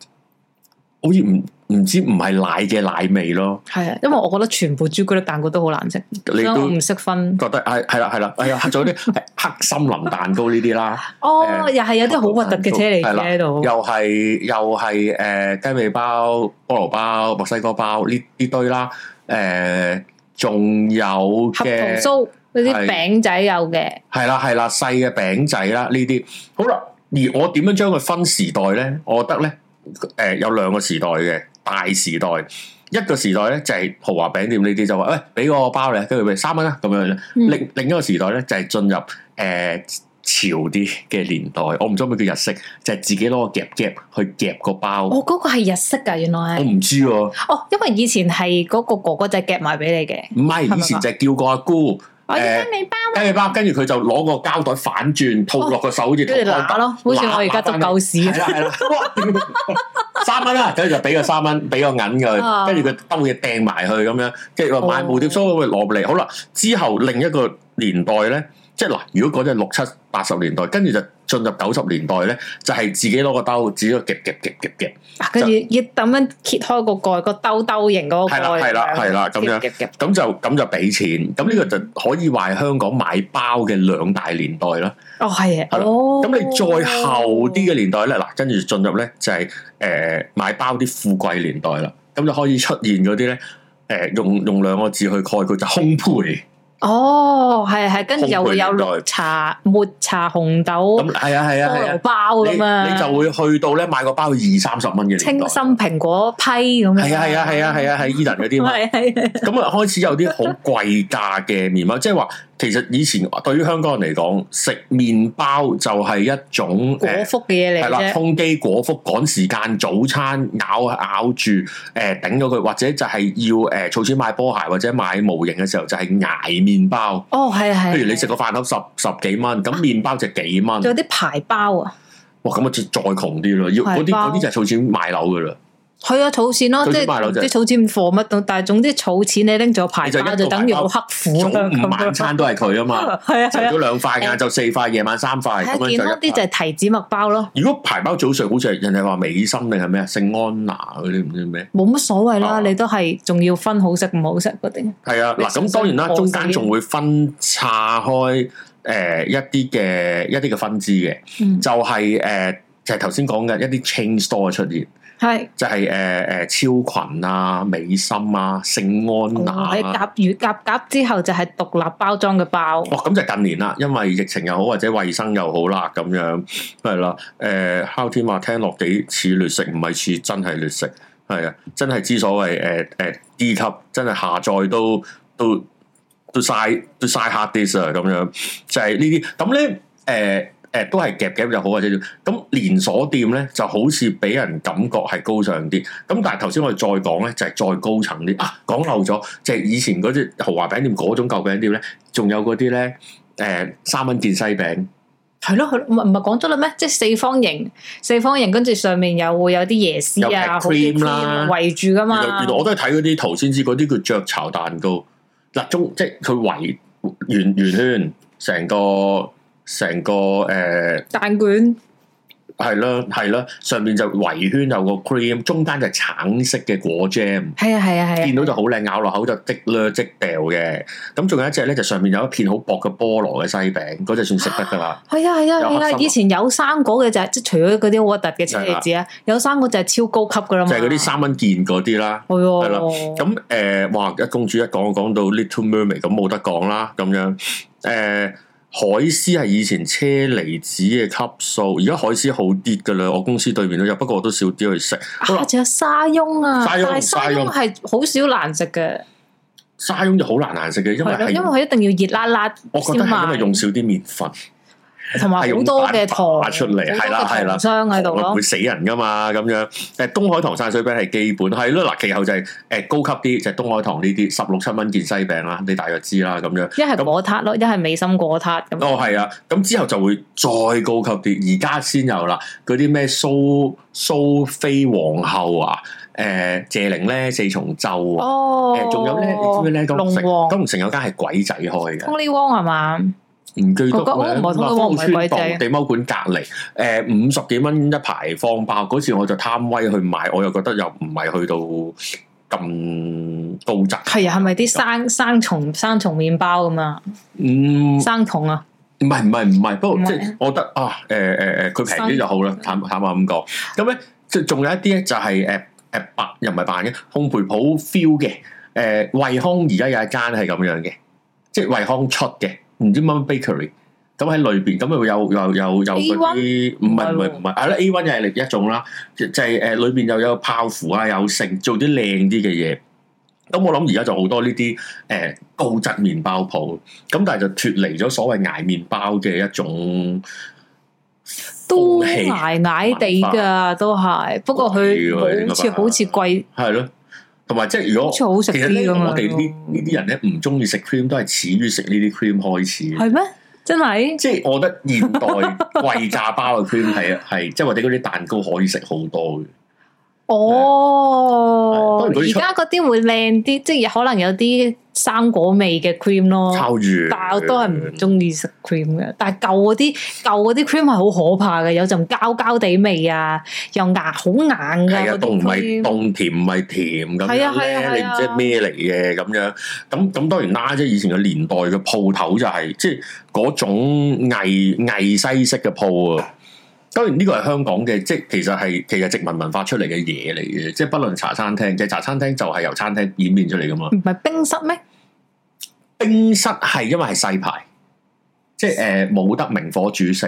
[SPEAKER 1] 好似唔唔知唔係奶嘅奶味咯，
[SPEAKER 2] 係啊？因為我覺得全部朱古力蛋糕都好難食，所
[SPEAKER 1] 你
[SPEAKER 2] 以我
[SPEAKER 1] 都
[SPEAKER 2] 唔識分。
[SPEAKER 1] 覺得係係啦係啦，係啊，仲有啲係黑森林蛋糕呢啲啦。
[SPEAKER 2] 哦，
[SPEAKER 1] 誒
[SPEAKER 2] 又係有啲好核突嘅車厘子
[SPEAKER 1] 係啦
[SPEAKER 2] 喺度。
[SPEAKER 1] 又係又係誒雞尾包、菠蘿包、墨西哥包呢呢堆啦，誒、仲有
[SPEAKER 2] 合桃
[SPEAKER 1] 嘅
[SPEAKER 2] 酥嗰啲
[SPEAKER 1] 係
[SPEAKER 2] 餅仔有嘅，
[SPEAKER 1] 係啦係啦細嘅餅仔啦呢啲，好啦，而我點樣將佢分時代咧？我覺得咧誒、有兩個時代嘅大時代。一個時代咧就係、豪華餅店呢啲就話，喂俾個包你，跟住俾三蚊啦咁樣。
[SPEAKER 2] 嗯
[SPEAKER 1] 另另一個時代咧就係、進入誒、潮啲嘅年代，我唔知可唔可以叫日式，就係、自己攞個夾夾去夾個包。
[SPEAKER 2] 我嗰個係日式㗎，原來
[SPEAKER 1] 我
[SPEAKER 2] 係。
[SPEAKER 1] 唔知喎、啊，
[SPEAKER 2] 哦，因為以前係嗰個哥哥仔夾埋俾你嘅，
[SPEAKER 1] 唔係
[SPEAKER 2] 咪
[SPEAKER 1] 以前就係叫個阿姑
[SPEAKER 2] 我依
[SPEAKER 1] 誒
[SPEAKER 2] 家未包，
[SPEAKER 1] 雞尾包，跟住佢就攞個膠袋反轉套落個手，好似套
[SPEAKER 2] 跟住
[SPEAKER 1] 膠
[SPEAKER 2] 揦
[SPEAKER 1] 袋。
[SPEAKER 2] 咯，好似我而家執狗屎
[SPEAKER 1] 係。啦係啦，哇 三蚊啦，跟住就俾個三蚊，俾個銀佢，
[SPEAKER 2] 啊
[SPEAKER 1] 跟住佢兜嘢掟埋去咁樣，跟住話買
[SPEAKER 2] 哦
[SPEAKER 1] 蝴蝶酥咁攞嚟。好啦，之後另一個年代咧，即係嗱，如果嗰陣係六七八十年代，跟住就進入九十年代咧，就係自己攞個兜，自己夾夾夾夾夾。
[SPEAKER 2] 啊跟住要咁樣揭開個蓋，個兜兜型嗰個
[SPEAKER 1] 係啦
[SPEAKER 2] 蓋，
[SPEAKER 1] 係啦係啦咁樣
[SPEAKER 2] 夾夾夾
[SPEAKER 1] 咁就咁就俾錢，咁呢個就可以話係香港買包嘅兩大年代啦。
[SPEAKER 2] 哦，係啊，
[SPEAKER 1] 係啦
[SPEAKER 2] 哦，
[SPEAKER 1] 咁你再後啲嘅年代咧，嗱，跟住進入咧就係、誒、買包啲富貴年代啦，咁就可以出現嗰啲咧誒用用兩個字去概括就烘焙，
[SPEAKER 2] 哦，係係，跟住又會有
[SPEAKER 1] 烘焙年代
[SPEAKER 2] 綠茶、抹茶、紅豆、
[SPEAKER 1] 咁係啊係啊係
[SPEAKER 2] 菠蘿
[SPEAKER 1] 啊，
[SPEAKER 2] 包
[SPEAKER 1] 你
[SPEAKER 2] 咁哦啊，
[SPEAKER 1] 你就會去到咧買個包二三十蚊嘅年代
[SPEAKER 2] 清，心蘋果批咁樣，
[SPEAKER 1] 係啊係啊係啊係啊喺 Eden 嗰啲嘛。
[SPEAKER 2] 係係係
[SPEAKER 1] 咁啊，開始有啲好貴價嘅麵包，即係話其實以前對於香港人嚟講，食麵包就係一種
[SPEAKER 2] 果
[SPEAKER 1] 誒
[SPEAKER 2] 腹嘅嘢
[SPEAKER 1] 係
[SPEAKER 2] 嚟
[SPEAKER 1] 啦，
[SPEAKER 2] 啫，
[SPEAKER 1] 通機果腹趕時間，早餐咬咬住誒頂咗佢，或者就係要誒儲錢買波鞋或者買模型嘅時候，就係捱麵包。
[SPEAKER 2] 哦係係，啊
[SPEAKER 1] 譬如你食個飯盒十十幾蚊，咁麵包就幾蚊，
[SPEAKER 2] 仲有啲排包啊，
[SPEAKER 1] 哇！咁啊再再窮啲咯，要嗰啲
[SPEAKER 2] 排包
[SPEAKER 1] 嗰啲就係儲錢買樓噶啦，
[SPEAKER 2] 係啊，儲錢咯，
[SPEAKER 1] 佢
[SPEAKER 2] 即
[SPEAKER 1] 想買樓
[SPEAKER 2] 係
[SPEAKER 1] 就係
[SPEAKER 2] 即係儲錢唔貨乜但係總之儲錢你拎咗牌
[SPEAKER 1] 你就一個
[SPEAKER 2] 包就等於好刻苦
[SPEAKER 1] 早
[SPEAKER 2] 啦
[SPEAKER 1] 午晚
[SPEAKER 2] 咁樣。
[SPEAKER 1] 餐都係佢啊嘛，
[SPEAKER 2] 係啊
[SPEAKER 1] 朝
[SPEAKER 2] 係啊
[SPEAKER 1] 早兩塊，晏晝四塊，夜晚三塊，
[SPEAKER 2] 係
[SPEAKER 1] 咁
[SPEAKER 2] 啊，
[SPEAKER 1] 樣
[SPEAKER 2] 健康
[SPEAKER 1] 就一
[SPEAKER 2] 啲就
[SPEAKER 1] 排。
[SPEAKER 2] 係提子麥包咯，
[SPEAKER 1] 如果排包早上，好似係人哋話美心定係咩啊？聖安娜嗰啲唔知咩？
[SPEAKER 2] 冇乜所謂
[SPEAKER 1] 啊
[SPEAKER 2] 啦，你都係仲要分好食唔好食嗰啲。
[SPEAKER 1] 係啊，嗱
[SPEAKER 2] 你
[SPEAKER 1] 咁當然啦，
[SPEAKER 2] 信唔
[SPEAKER 1] 中
[SPEAKER 2] 信
[SPEAKER 1] 間仲會分叉開誒、呃一啲嘅一啲嘅分支嘅，
[SPEAKER 2] 嗯，
[SPEAKER 1] 就係、呃就係頭先講嘅一啲 chain store 嘅出現，
[SPEAKER 2] 係。
[SPEAKER 1] 就係誒誒超群啊、美心啊、聖安娜
[SPEAKER 2] 哦喺
[SPEAKER 1] 啊。
[SPEAKER 2] 夾魚夾夾之後就係獨立包裝嘅包，
[SPEAKER 1] 哦，咁就近年啦，因為疫情又好，或者衞生又好啦，咁樣係啦。誒，烤天話聽落幾似劣食，唔係似真係劣食，係啊，真係之所謂誒誒 D 級，真係下載都都都嘥都嘥 hard disk 啊，咁樣就係呢啲。咁咧誒誒都係夾夾又好或者點咁連鎖店咧就好似俾人感覺係高尚啲。咁但係頭先我哋再講咧就係、再高層啲啊，講漏咗，就係、以前嗰隻豪華餅店嗰種舊餅店咧。仲有嗰啲咧，誒、三蚊件西餅，
[SPEAKER 2] 係咯係咯，唔係唔係講咗啦咩？即係四方形，四方形跟住上面又會有啲椰絲啊，
[SPEAKER 1] 有劈
[SPEAKER 2] 好啲
[SPEAKER 1] cream 啦
[SPEAKER 2] cream 圍住噶
[SPEAKER 1] 原
[SPEAKER 2] 啊嘛
[SPEAKER 1] 來。原來我都係睇嗰啲圖先知嗰啲叫雀巢蛋糕。嗱，中即係佢圍圓圓圈，成個成個誒
[SPEAKER 2] 蛋卷
[SPEAKER 1] 係啦係啦，上面就圍圈有個 cream，中間就係橙色嘅果 jam。
[SPEAKER 2] 係啊係啊係
[SPEAKER 1] 見
[SPEAKER 2] 啊，
[SPEAKER 1] 到就好靚，咬落口就即咧即掉嘅。咁仲有一隻咧，就上面有一片好薄嘅菠蘿嘅西餅，嗰隻算食得㗎啦。
[SPEAKER 2] 係啊係啊
[SPEAKER 1] 有黑
[SPEAKER 2] 係啊！
[SPEAKER 1] 心啊
[SPEAKER 2] 以前有生果嘅就係即係除咗嗰啲好核突嘅車厘子啊，有生果就係超高級噶啦
[SPEAKER 1] 就
[SPEAKER 2] 嘛。
[SPEAKER 1] 係嗰啲三蚊件嗰啲啦。
[SPEAKER 2] 係
[SPEAKER 1] 係啦
[SPEAKER 2] 喎，啊
[SPEAKER 1] 咁誒、呃哇！一公主一講講到 Little Mermaid 咁冇得講啦，咁 樣誒、呃海獅係以前車厘子嘅級數，而家海獅好啲噶啦，我公司對面都有，不過我都少啲去食。好
[SPEAKER 2] 啊
[SPEAKER 1] 啦，
[SPEAKER 2] 仲有沙翁啊，
[SPEAKER 1] 沙
[SPEAKER 2] 但
[SPEAKER 1] 翁
[SPEAKER 2] 係
[SPEAKER 1] 沙
[SPEAKER 2] 沙
[SPEAKER 1] 翁
[SPEAKER 2] 翁係好少難食嘅，
[SPEAKER 1] 沙翁就好難難食嘅，因為
[SPEAKER 2] 係咯，因
[SPEAKER 1] 係
[SPEAKER 2] 為佢一定要熱辣辣
[SPEAKER 1] 我覺得係
[SPEAKER 2] 先
[SPEAKER 1] 因為
[SPEAKER 2] 賣，
[SPEAKER 1] 用少啲麵粉，
[SPEAKER 2] 同埋
[SPEAKER 1] 係
[SPEAKER 2] 好
[SPEAKER 1] 用
[SPEAKER 2] 多
[SPEAKER 1] 蛋
[SPEAKER 2] 嘅糖
[SPEAKER 1] 打出嚟係啦係啦
[SPEAKER 2] 商喺度
[SPEAKER 1] 我
[SPEAKER 2] 咯
[SPEAKER 1] 會。死人噶嘛咁樣。誒東海堂散水餅係基本係咯，嗱其後就係、誒高級啲就係、東海堂呢啲十六七蚊件西餅啦，你大約知啦咁樣。
[SPEAKER 2] 一係
[SPEAKER 1] 咁
[SPEAKER 2] 果撻咯，一係美心果撻咁。
[SPEAKER 1] 哦，係啊，咁之後就會再高級啲，而家先有啦。嗰啲咩蘇蘇妃皇后啊，誒、謝玲咧四重奏啊，
[SPEAKER 2] 哦，
[SPEAKER 1] 誒仲、有咧，你知唔知咧？九龍城
[SPEAKER 2] 龍王
[SPEAKER 1] 九龍城有間係鬼仔開嘅，
[SPEAKER 2] Tony Wong 係嘛？
[SPEAKER 1] 唔記得
[SPEAKER 2] 嗰個
[SPEAKER 1] 咧，
[SPEAKER 2] 哦唔係通
[SPEAKER 1] 立
[SPEAKER 2] 咗
[SPEAKER 1] 方
[SPEAKER 2] 唔係
[SPEAKER 1] 村
[SPEAKER 2] 鬼仔
[SPEAKER 1] 道地踎館隔離，誒五十幾蚊一排方包。嗰次我就貪威去買，我又覺得又唔係去到咁高質，
[SPEAKER 2] 係啊，係咪啲生生蟲生蟲麵包咁啊？
[SPEAKER 1] 嗯。
[SPEAKER 2] 生蟲啊？
[SPEAKER 1] 唔係唔係唔係，不過
[SPEAKER 2] 唔係
[SPEAKER 1] 即係我覺得啊，誒誒誒，佢平啲就好啦，坦坦白咁講。咁咧，即係仲有一啲咧就係誒誒扮又唔係扮嘅烘焙鋪 feel 嘅，誒惠康而家有一間係咁樣嘅，即係惠康出嘅，唔知乜乜 bakery。咁喺裏邊，咁又有有有有嗰啲唔係唔係唔係，係啦 A one 又係另一種啦，就就係呃誒裏邊又有泡芙啊，有剩做啲靚啲嘅嘢。咁我諗而家就好多呢啲誒高質麵包鋪，咁但係就脱離咗所謂捱麵包嘅一種
[SPEAKER 2] 都
[SPEAKER 1] 風氣
[SPEAKER 2] 挨挨地噶，都係。不過佢
[SPEAKER 1] 好似喎
[SPEAKER 2] 好似
[SPEAKER 1] 應該吧
[SPEAKER 2] 好似貴，
[SPEAKER 1] 係啊咯，同埋即係如果
[SPEAKER 2] 好似好食
[SPEAKER 1] 其實
[SPEAKER 2] 啲
[SPEAKER 1] 咧，
[SPEAKER 2] 咁啊樣。
[SPEAKER 1] 我哋呢呢啲人咧唔中意食 cream 都係始於食呢啲 cream 開始。
[SPEAKER 2] 係咩？真係
[SPEAKER 1] 即係我覺得 現代貴價包嘅 cream 係係即係或者嗰啲蛋糕可以食好多嘅。
[SPEAKER 2] 哦！
[SPEAKER 1] 係不過佢
[SPEAKER 2] 而
[SPEAKER 1] 出
[SPEAKER 2] 家嗰啲會靚啲，即係可能有啲生果味嘅 cream 咯。
[SPEAKER 1] 抄住，
[SPEAKER 2] 哦但我都係唔中意食 cream 嘅，但係舊嗰啲舊嗰啲 cream 係好可怕嘅，有陣膠膠地味啊，又硬好硬
[SPEAKER 1] 係啊，
[SPEAKER 2] 㗎嗰
[SPEAKER 1] 凍唔
[SPEAKER 2] 啲
[SPEAKER 1] 係
[SPEAKER 2] cream。
[SPEAKER 1] 凍，甜唔係甜咁
[SPEAKER 2] 係啊
[SPEAKER 1] 樣
[SPEAKER 2] 係啊係
[SPEAKER 1] 咧，你
[SPEAKER 2] 啊
[SPEAKER 1] 唔知係咩嚟嘅咁樣。咁咁當然啦，即係以前嘅年代嘅鋪頭就係、即係嗰種偽偽西式嘅鋪啊。當然呢個係香港嘅，即係其實係其實殖民文化出嚟嘅嘢嚟嘅，即係不論茶餐廳，其實茶餐廳就係由餐廳演變出嚟噶嘛。
[SPEAKER 2] 唔係冰室咩？
[SPEAKER 1] 冰室係因為係細牌，即係誒冇得明火煮食，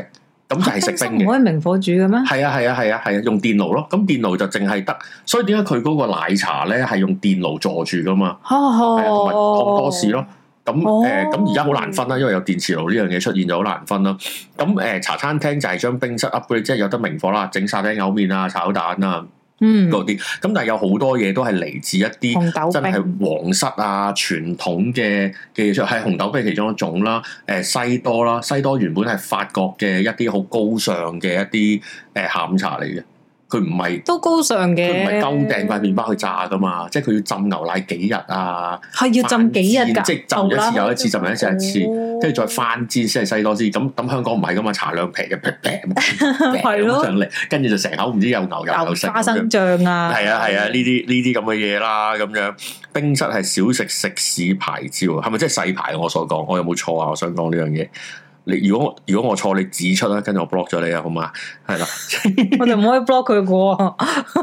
[SPEAKER 1] 咁就係食
[SPEAKER 2] 冰室
[SPEAKER 1] 冰嘅
[SPEAKER 2] 唔。可以明火煮嘅咩？
[SPEAKER 1] 係啊係啊係啊係啊，用電爐咯。咁電爐就淨係得，所以點解佢嗰個奶茶咧係用電爐坐住噶嘛？係啊，同埋
[SPEAKER 2] 哦，
[SPEAKER 1] 燙多士咯。咁
[SPEAKER 2] 哦
[SPEAKER 1] 誒，咁而家好難分啦，因為有電磁爐呢樣嘢出現就好難分啦。咁誒、茶餐廳就係將冰室 upgrade，即係有得明火啦，整沙丁牛面啊、炒蛋啊
[SPEAKER 2] 嗯，
[SPEAKER 1] 嗰啲。咁但係有好多嘢都係嚟自一啲。
[SPEAKER 2] 紅豆
[SPEAKER 1] 真係
[SPEAKER 2] 冰，
[SPEAKER 1] 皇室啊，傳統嘅嘅嘢出係紅豆冰其中一種啦。誒、西多啦，西多原本係法國嘅一啲好高尚嘅一啲誒、下午茶嚟嘅，佢唔係
[SPEAKER 2] 都高尚
[SPEAKER 1] 佢唔係
[SPEAKER 2] 嘅，
[SPEAKER 1] 鳩掟塊麵包去炸噶嘛，即係佢要浸牛奶幾日啊，
[SPEAKER 2] 係要浸幾
[SPEAKER 1] 翻
[SPEAKER 2] 日㗎，
[SPEAKER 1] 煎即係浸一次又一次，浸一次又一次，
[SPEAKER 2] 哦
[SPEAKER 1] 跟住再翻煎先係西多士。咁咁香港唔係噶嘛，搽兩皮嘅劈劈
[SPEAKER 2] 係咯
[SPEAKER 1] 上嚟，跟住就成口唔知有牛油有
[SPEAKER 2] 牛
[SPEAKER 1] 食
[SPEAKER 2] 花
[SPEAKER 1] 咁樣
[SPEAKER 2] 生醬啊，
[SPEAKER 1] 係啊係啊，呢啲呢啲咁嘅嘢啦，咁樣冰室係小食食肆牌照，啊係咪即係細牌？我所講，我有冇錯啊？我想講呢樣嘢。你如果我如果我錯，你指出啦，跟住我 block 咗你啊，好嘛？係 啦，
[SPEAKER 2] 我哋唔可以 block 佢嘅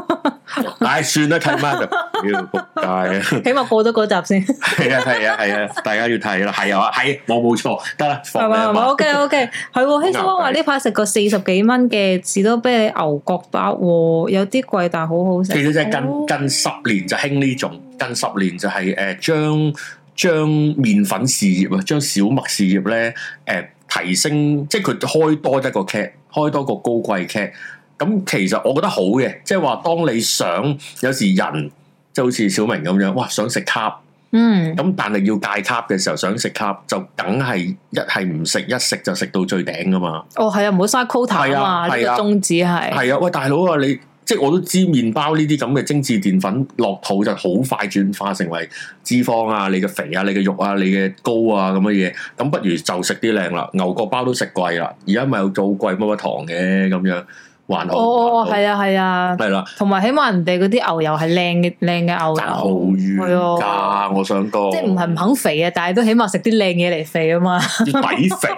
[SPEAKER 1] 唉，算啦，睇翻就，屌仆街啊！
[SPEAKER 2] 喎，起碼過咗嗰集先，
[SPEAKER 1] 係啊係啊係啊，大家要睇啦，係啊係，我冇錯，得啦，放
[SPEAKER 2] 係
[SPEAKER 1] 你
[SPEAKER 2] 嘛
[SPEAKER 1] 啊
[SPEAKER 2] 係嘛
[SPEAKER 1] 嘛，
[SPEAKER 2] ？OK OK，係 喎，希斯灣話呢排食過四十幾蚊嘅士多啤梨牛角包喎，有啲貴但係好好食。
[SPEAKER 1] 其實就係
[SPEAKER 2] 哦
[SPEAKER 1] 近近十年就興呢種，近十年就係誒將將麵粉事業啊，將小麥事業咧誒、提升，即係佢開多一個 cat，開多個高貴 cat。咁其實我覺得好嘅，即係話當你想有時人就好似小明咁樣，哇想食卡。
[SPEAKER 2] 嗯，
[SPEAKER 1] 咁但係要戒卡嘅時候，想食卡就梗係一係唔食，一食就食到最頂噶嘛。
[SPEAKER 2] 哦係啊，唔好嘥 quota
[SPEAKER 1] 係啊
[SPEAKER 2] 啊嘛，呢
[SPEAKER 1] 係啊
[SPEAKER 2] 個宗旨係。
[SPEAKER 1] 係啊，喂，大佬啊，你即係我都知麵包呢啲咁嘅精緻澱粉落肚就好快轉化成為脂肪啊，你嘅肥啊，你嘅肉啊，你嘅膏啊咁嘅嘢，咁不如就食啲靚啦，牛角包都食貴啦，而家咪有做貴乜乜糖嘅咁樣，還好。
[SPEAKER 2] 哦哦，
[SPEAKER 1] 還好
[SPEAKER 2] 係啊係啊，
[SPEAKER 1] 係啦，
[SPEAKER 2] 同埋起碼人哋嗰啲牛油係靚嘅靚
[SPEAKER 1] 爭
[SPEAKER 2] 嘅
[SPEAKER 1] 好
[SPEAKER 2] 牛油，
[SPEAKER 1] 遠
[SPEAKER 2] 哦係啊
[SPEAKER 1] 㗎，我想講，
[SPEAKER 2] 即係唔係唔肯肥啊，但係都起碼食啲靚嘢嚟肥啊嘛，
[SPEAKER 1] 要抵肥，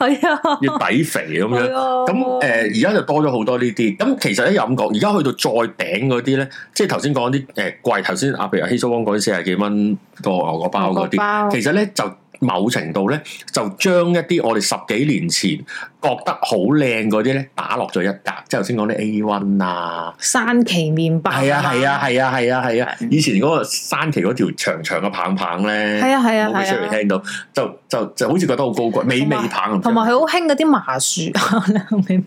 [SPEAKER 2] 係啊，
[SPEAKER 1] 要抵肥咁 樣。
[SPEAKER 2] 係啊
[SPEAKER 1] 咁誒，呃而家就多咗好多呢啲。咁其實咧有咁講，而家去到再頂嗰啲咧，即係頭先講啲誒貴，頭先啊，譬如希蘇汪講四十幾蚊個牛角包嗰
[SPEAKER 2] 牛角包
[SPEAKER 1] 啲，其實咧就某程度咧就將一啲我哋十幾年前覺得好靚嗰啲咧打落咗一格，即係頭先講啲 A one 啊。
[SPEAKER 2] 山崎麵包
[SPEAKER 1] 係啊係啊係啊係啊係啊
[SPEAKER 2] 係！
[SPEAKER 1] 以前嗰個山崎嗰條長長嘅棒棒咧，
[SPEAKER 2] 係啊係啊
[SPEAKER 1] 冇俾出
[SPEAKER 2] 係
[SPEAKER 1] 嚟
[SPEAKER 2] 啊，
[SPEAKER 1] 聽到，就就就好似覺得好高貴，美味棒啊
[SPEAKER 2] 同埋佢好興嗰啲麻薯，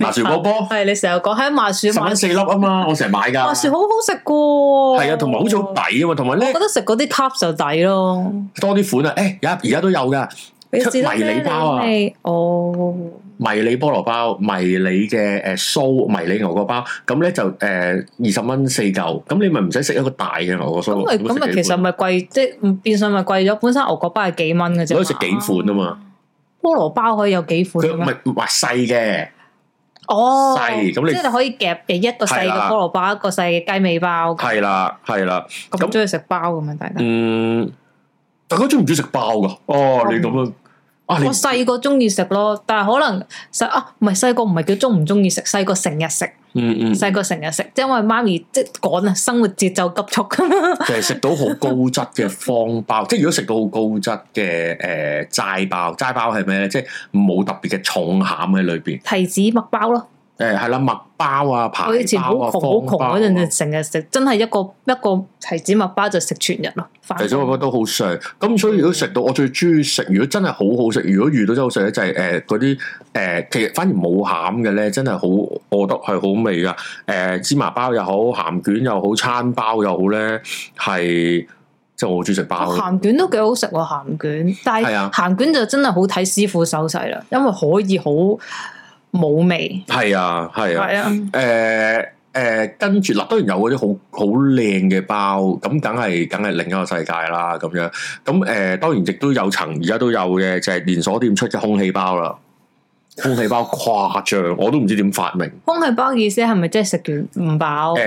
[SPEAKER 1] 麻薯波波
[SPEAKER 2] 係你成日講喺麻薯
[SPEAKER 1] 十
[SPEAKER 2] 麻
[SPEAKER 1] 蚊
[SPEAKER 2] 薯
[SPEAKER 1] 四粒啊嘛，我成日買㗎。
[SPEAKER 2] 麻薯好好食噶喎，
[SPEAKER 1] 係啊，同埋好似好抵啊嘛，同埋
[SPEAKER 2] 我
[SPEAKER 1] 咧
[SPEAKER 2] 覺得食嗰啲 cup 就抵咯，
[SPEAKER 1] 多啲款啊，誒而家而家都有噶
[SPEAKER 2] 你
[SPEAKER 1] 出
[SPEAKER 2] 試得
[SPEAKER 1] 迷你包啊
[SPEAKER 2] 咩味哦，
[SPEAKER 1] 迷你菠蘿包、迷你嘅誒酥、迷你牛角包，咁咧就誒二十蚊四嚿，咁你咪唔使食一個大嘅牛角
[SPEAKER 2] 咁
[SPEAKER 1] 酥，
[SPEAKER 2] 咪咁咪其實咪貴，即係變相咪貴咗。本身牛角包係幾蚊嘅啫，
[SPEAKER 1] 你可以食幾款啊嘛，
[SPEAKER 2] 菠蘿包可以有幾款
[SPEAKER 1] 佢
[SPEAKER 2] 嘅
[SPEAKER 1] 唔
[SPEAKER 2] 咩？
[SPEAKER 1] 係話細嘅，
[SPEAKER 2] 哦，
[SPEAKER 1] 細咁你
[SPEAKER 2] 即係你可以夾嘅一個細
[SPEAKER 1] 係
[SPEAKER 2] 嘅
[SPEAKER 1] 啦
[SPEAKER 2] 菠蘿包，一個細嘅雞尾包，
[SPEAKER 1] 係啦係啦，
[SPEAKER 2] 咁中意食包咁樣大家。
[SPEAKER 1] 嗯，大家中唔中意食包噶？哦，你咁樣啊，你
[SPEAKER 2] 我細個中意食咯，但係可能細啊，唔係細個唔係叫中唔中意食，細個成日食，
[SPEAKER 1] 嗯嗯，
[SPEAKER 2] 細個成日食，即係因為媽咪即係趕啊，生活節奏急促咁樣。
[SPEAKER 1] 就係食到好高質嘅方包， 即係如果食到好高質嘅誒齋包，齋包係咩咧？即係冇特別嘅重餡喺裏邊。
[SPEAKER 2] 提子麥包咯，
[SPEAKER 1] 誒係啦，麥包啊、排
[SPEAKER 2] 我以前好
[SPEAKER 1] 包
[SPEAKER 2] 窮
[SPEAKER 1] 啊、
[SPEAKER 2] 好
[SPEAKER 1] 方包
[SPEAKER 2] 窮
[SPEAKER 1] 啊
[SPEAKER 2] 嗰陣就成日食，真係一個一個提子麥包就食全日咯。返
[SPEAKER 1] 其實我覺得都好上，咁所以如果食到我最中意食，如果真係好好食，如果遇到真係好食咧，就係誒嗰啲誒，其實反而冇餡嘅咧，真係好，我覺得係好味噶。誒、芝麻包又好，鹹卷又好，餐包又好咧，係即係我好中意食包咯。
[SPEAKER 2] 啊鹹卷都幾好食喎，鹹卷，但
[SPEAKER 1] 係
[SPEAKER 2] 係
[SPEAKER 1] 啊
[SPEAKER 2] 鹹卷就真係好睇師傅手勢啦，因為可以好冇味，
[SPEAKER 1] 係啊，係啊。
[SPEAKER 2] 係啊，
[SPEAKER 1] 誒誒，呃跟住嗱，當然有嗰啲好好靚嘅包，咁梗係梗係另一個世界啦，咁樣。咁誒、呃，當然亦都有層，而家都有嘅，就係、連鎖店出嘅空氣包啦。空氣包誇張，我都唔知點發明。呃
[SPEAKER 2] 空氣包意思係咪即係食完唔
[SPEAKER 1] 誒
[SPEAKER 2] 飽？
[SPEAKER 1] 誒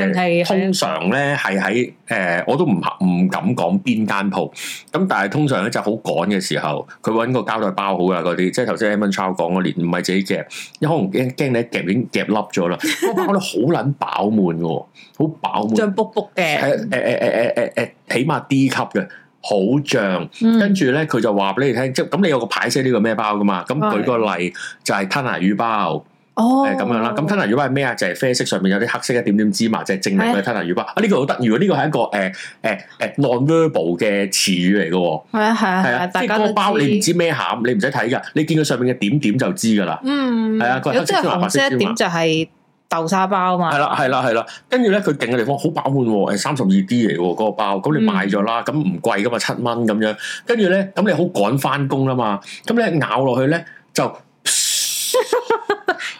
[SPEAKER 2] 定係啊
[SPEAKER 1] 誒，
[SPEAKER 2] 喺
[SPEAKER 1] 通常咧係喺誒，我都唔唔敢講邊間鋪。咁但係通常咧就好趕嘅時候，佢揾個膠袋包好啦嗰啲，即係頭先 Evan Chow 講嗰年唔係自己夾，因為可能驚驚你一夾已經夾凹咗啦。
[SPEAKER 2] 嗯
[SPEAKER 1] 嗰個包咧好撚飽滿嘅喎，好飽滿。
[SPEAKER 2] 脹卜卜嘅，
[SPEAKER 1] 誒誒誒誒誒誒，起碼 D 級嘅，好脹。跟
[SPEAKER 2] 嗯，
[SPEAKER 1] 住咧，佢就話俾你聽，即係咁你有個牌寫呢個咩包噶嘛？咁舉個例就係吞拿魚包。
[SPEAKER 2] 哦，
[SPEAKER 1] 誒咁樣啦，咁吞拿魚包係咩啊？就係啡色上面有啲黑色一點點芝麻，就係證明佢係吞拿魚包。啊，呢個好得意喎！呢個係一個誒誒誒 non-verbal 嘅詞語嚟嘅喎，
[SPEAKER 2] 係啊係啊
[SPEAKER 1] 係
[SPEAKER 2] 係
[SPEAKER 1] 啊，
[SPEAKER 2] 啊，
[SPEAKER 1] 即
[SPEAKER 2] 大
[SPEAKER 1] 係
[SPEAKER 2] 家
[SPEAKER 1] 嗰個
[SPEAKER 2] 都
[SPEAKER 1] 包你唔，知咩餡，你唔使睇㗎，你見佢上面嘅點點就知㗎啦。
[SPEAKER 2] 嗯，
[SPEAKER 1] 係啊佢係
[SPEAKER 2] 如果即
[SPEAKER 1] 黑
[SPEAKER 2] 係
[SPEAKER 1] 色芝麻白
[SPEAKER 2] 紅
[SPEAKER 1] 色
[SPEAKER 2] 色
[SPEAKER 1] 芝麻
[SPEAKER 2] 一點就係豆沙包嘛
[SPEAKER 1] 係，啦，係啦，係啦，跟住咧，佢勁嘅地方好飽滿喎，三十二 D 嚟喎嗰個包，咁你買咗啦，咁唔貴噶嘛，七蚊咁樣，跟住咧，咁你好趕翻工啦嘛，咁咧咬落去咧就
[SPEAKER 2] 黐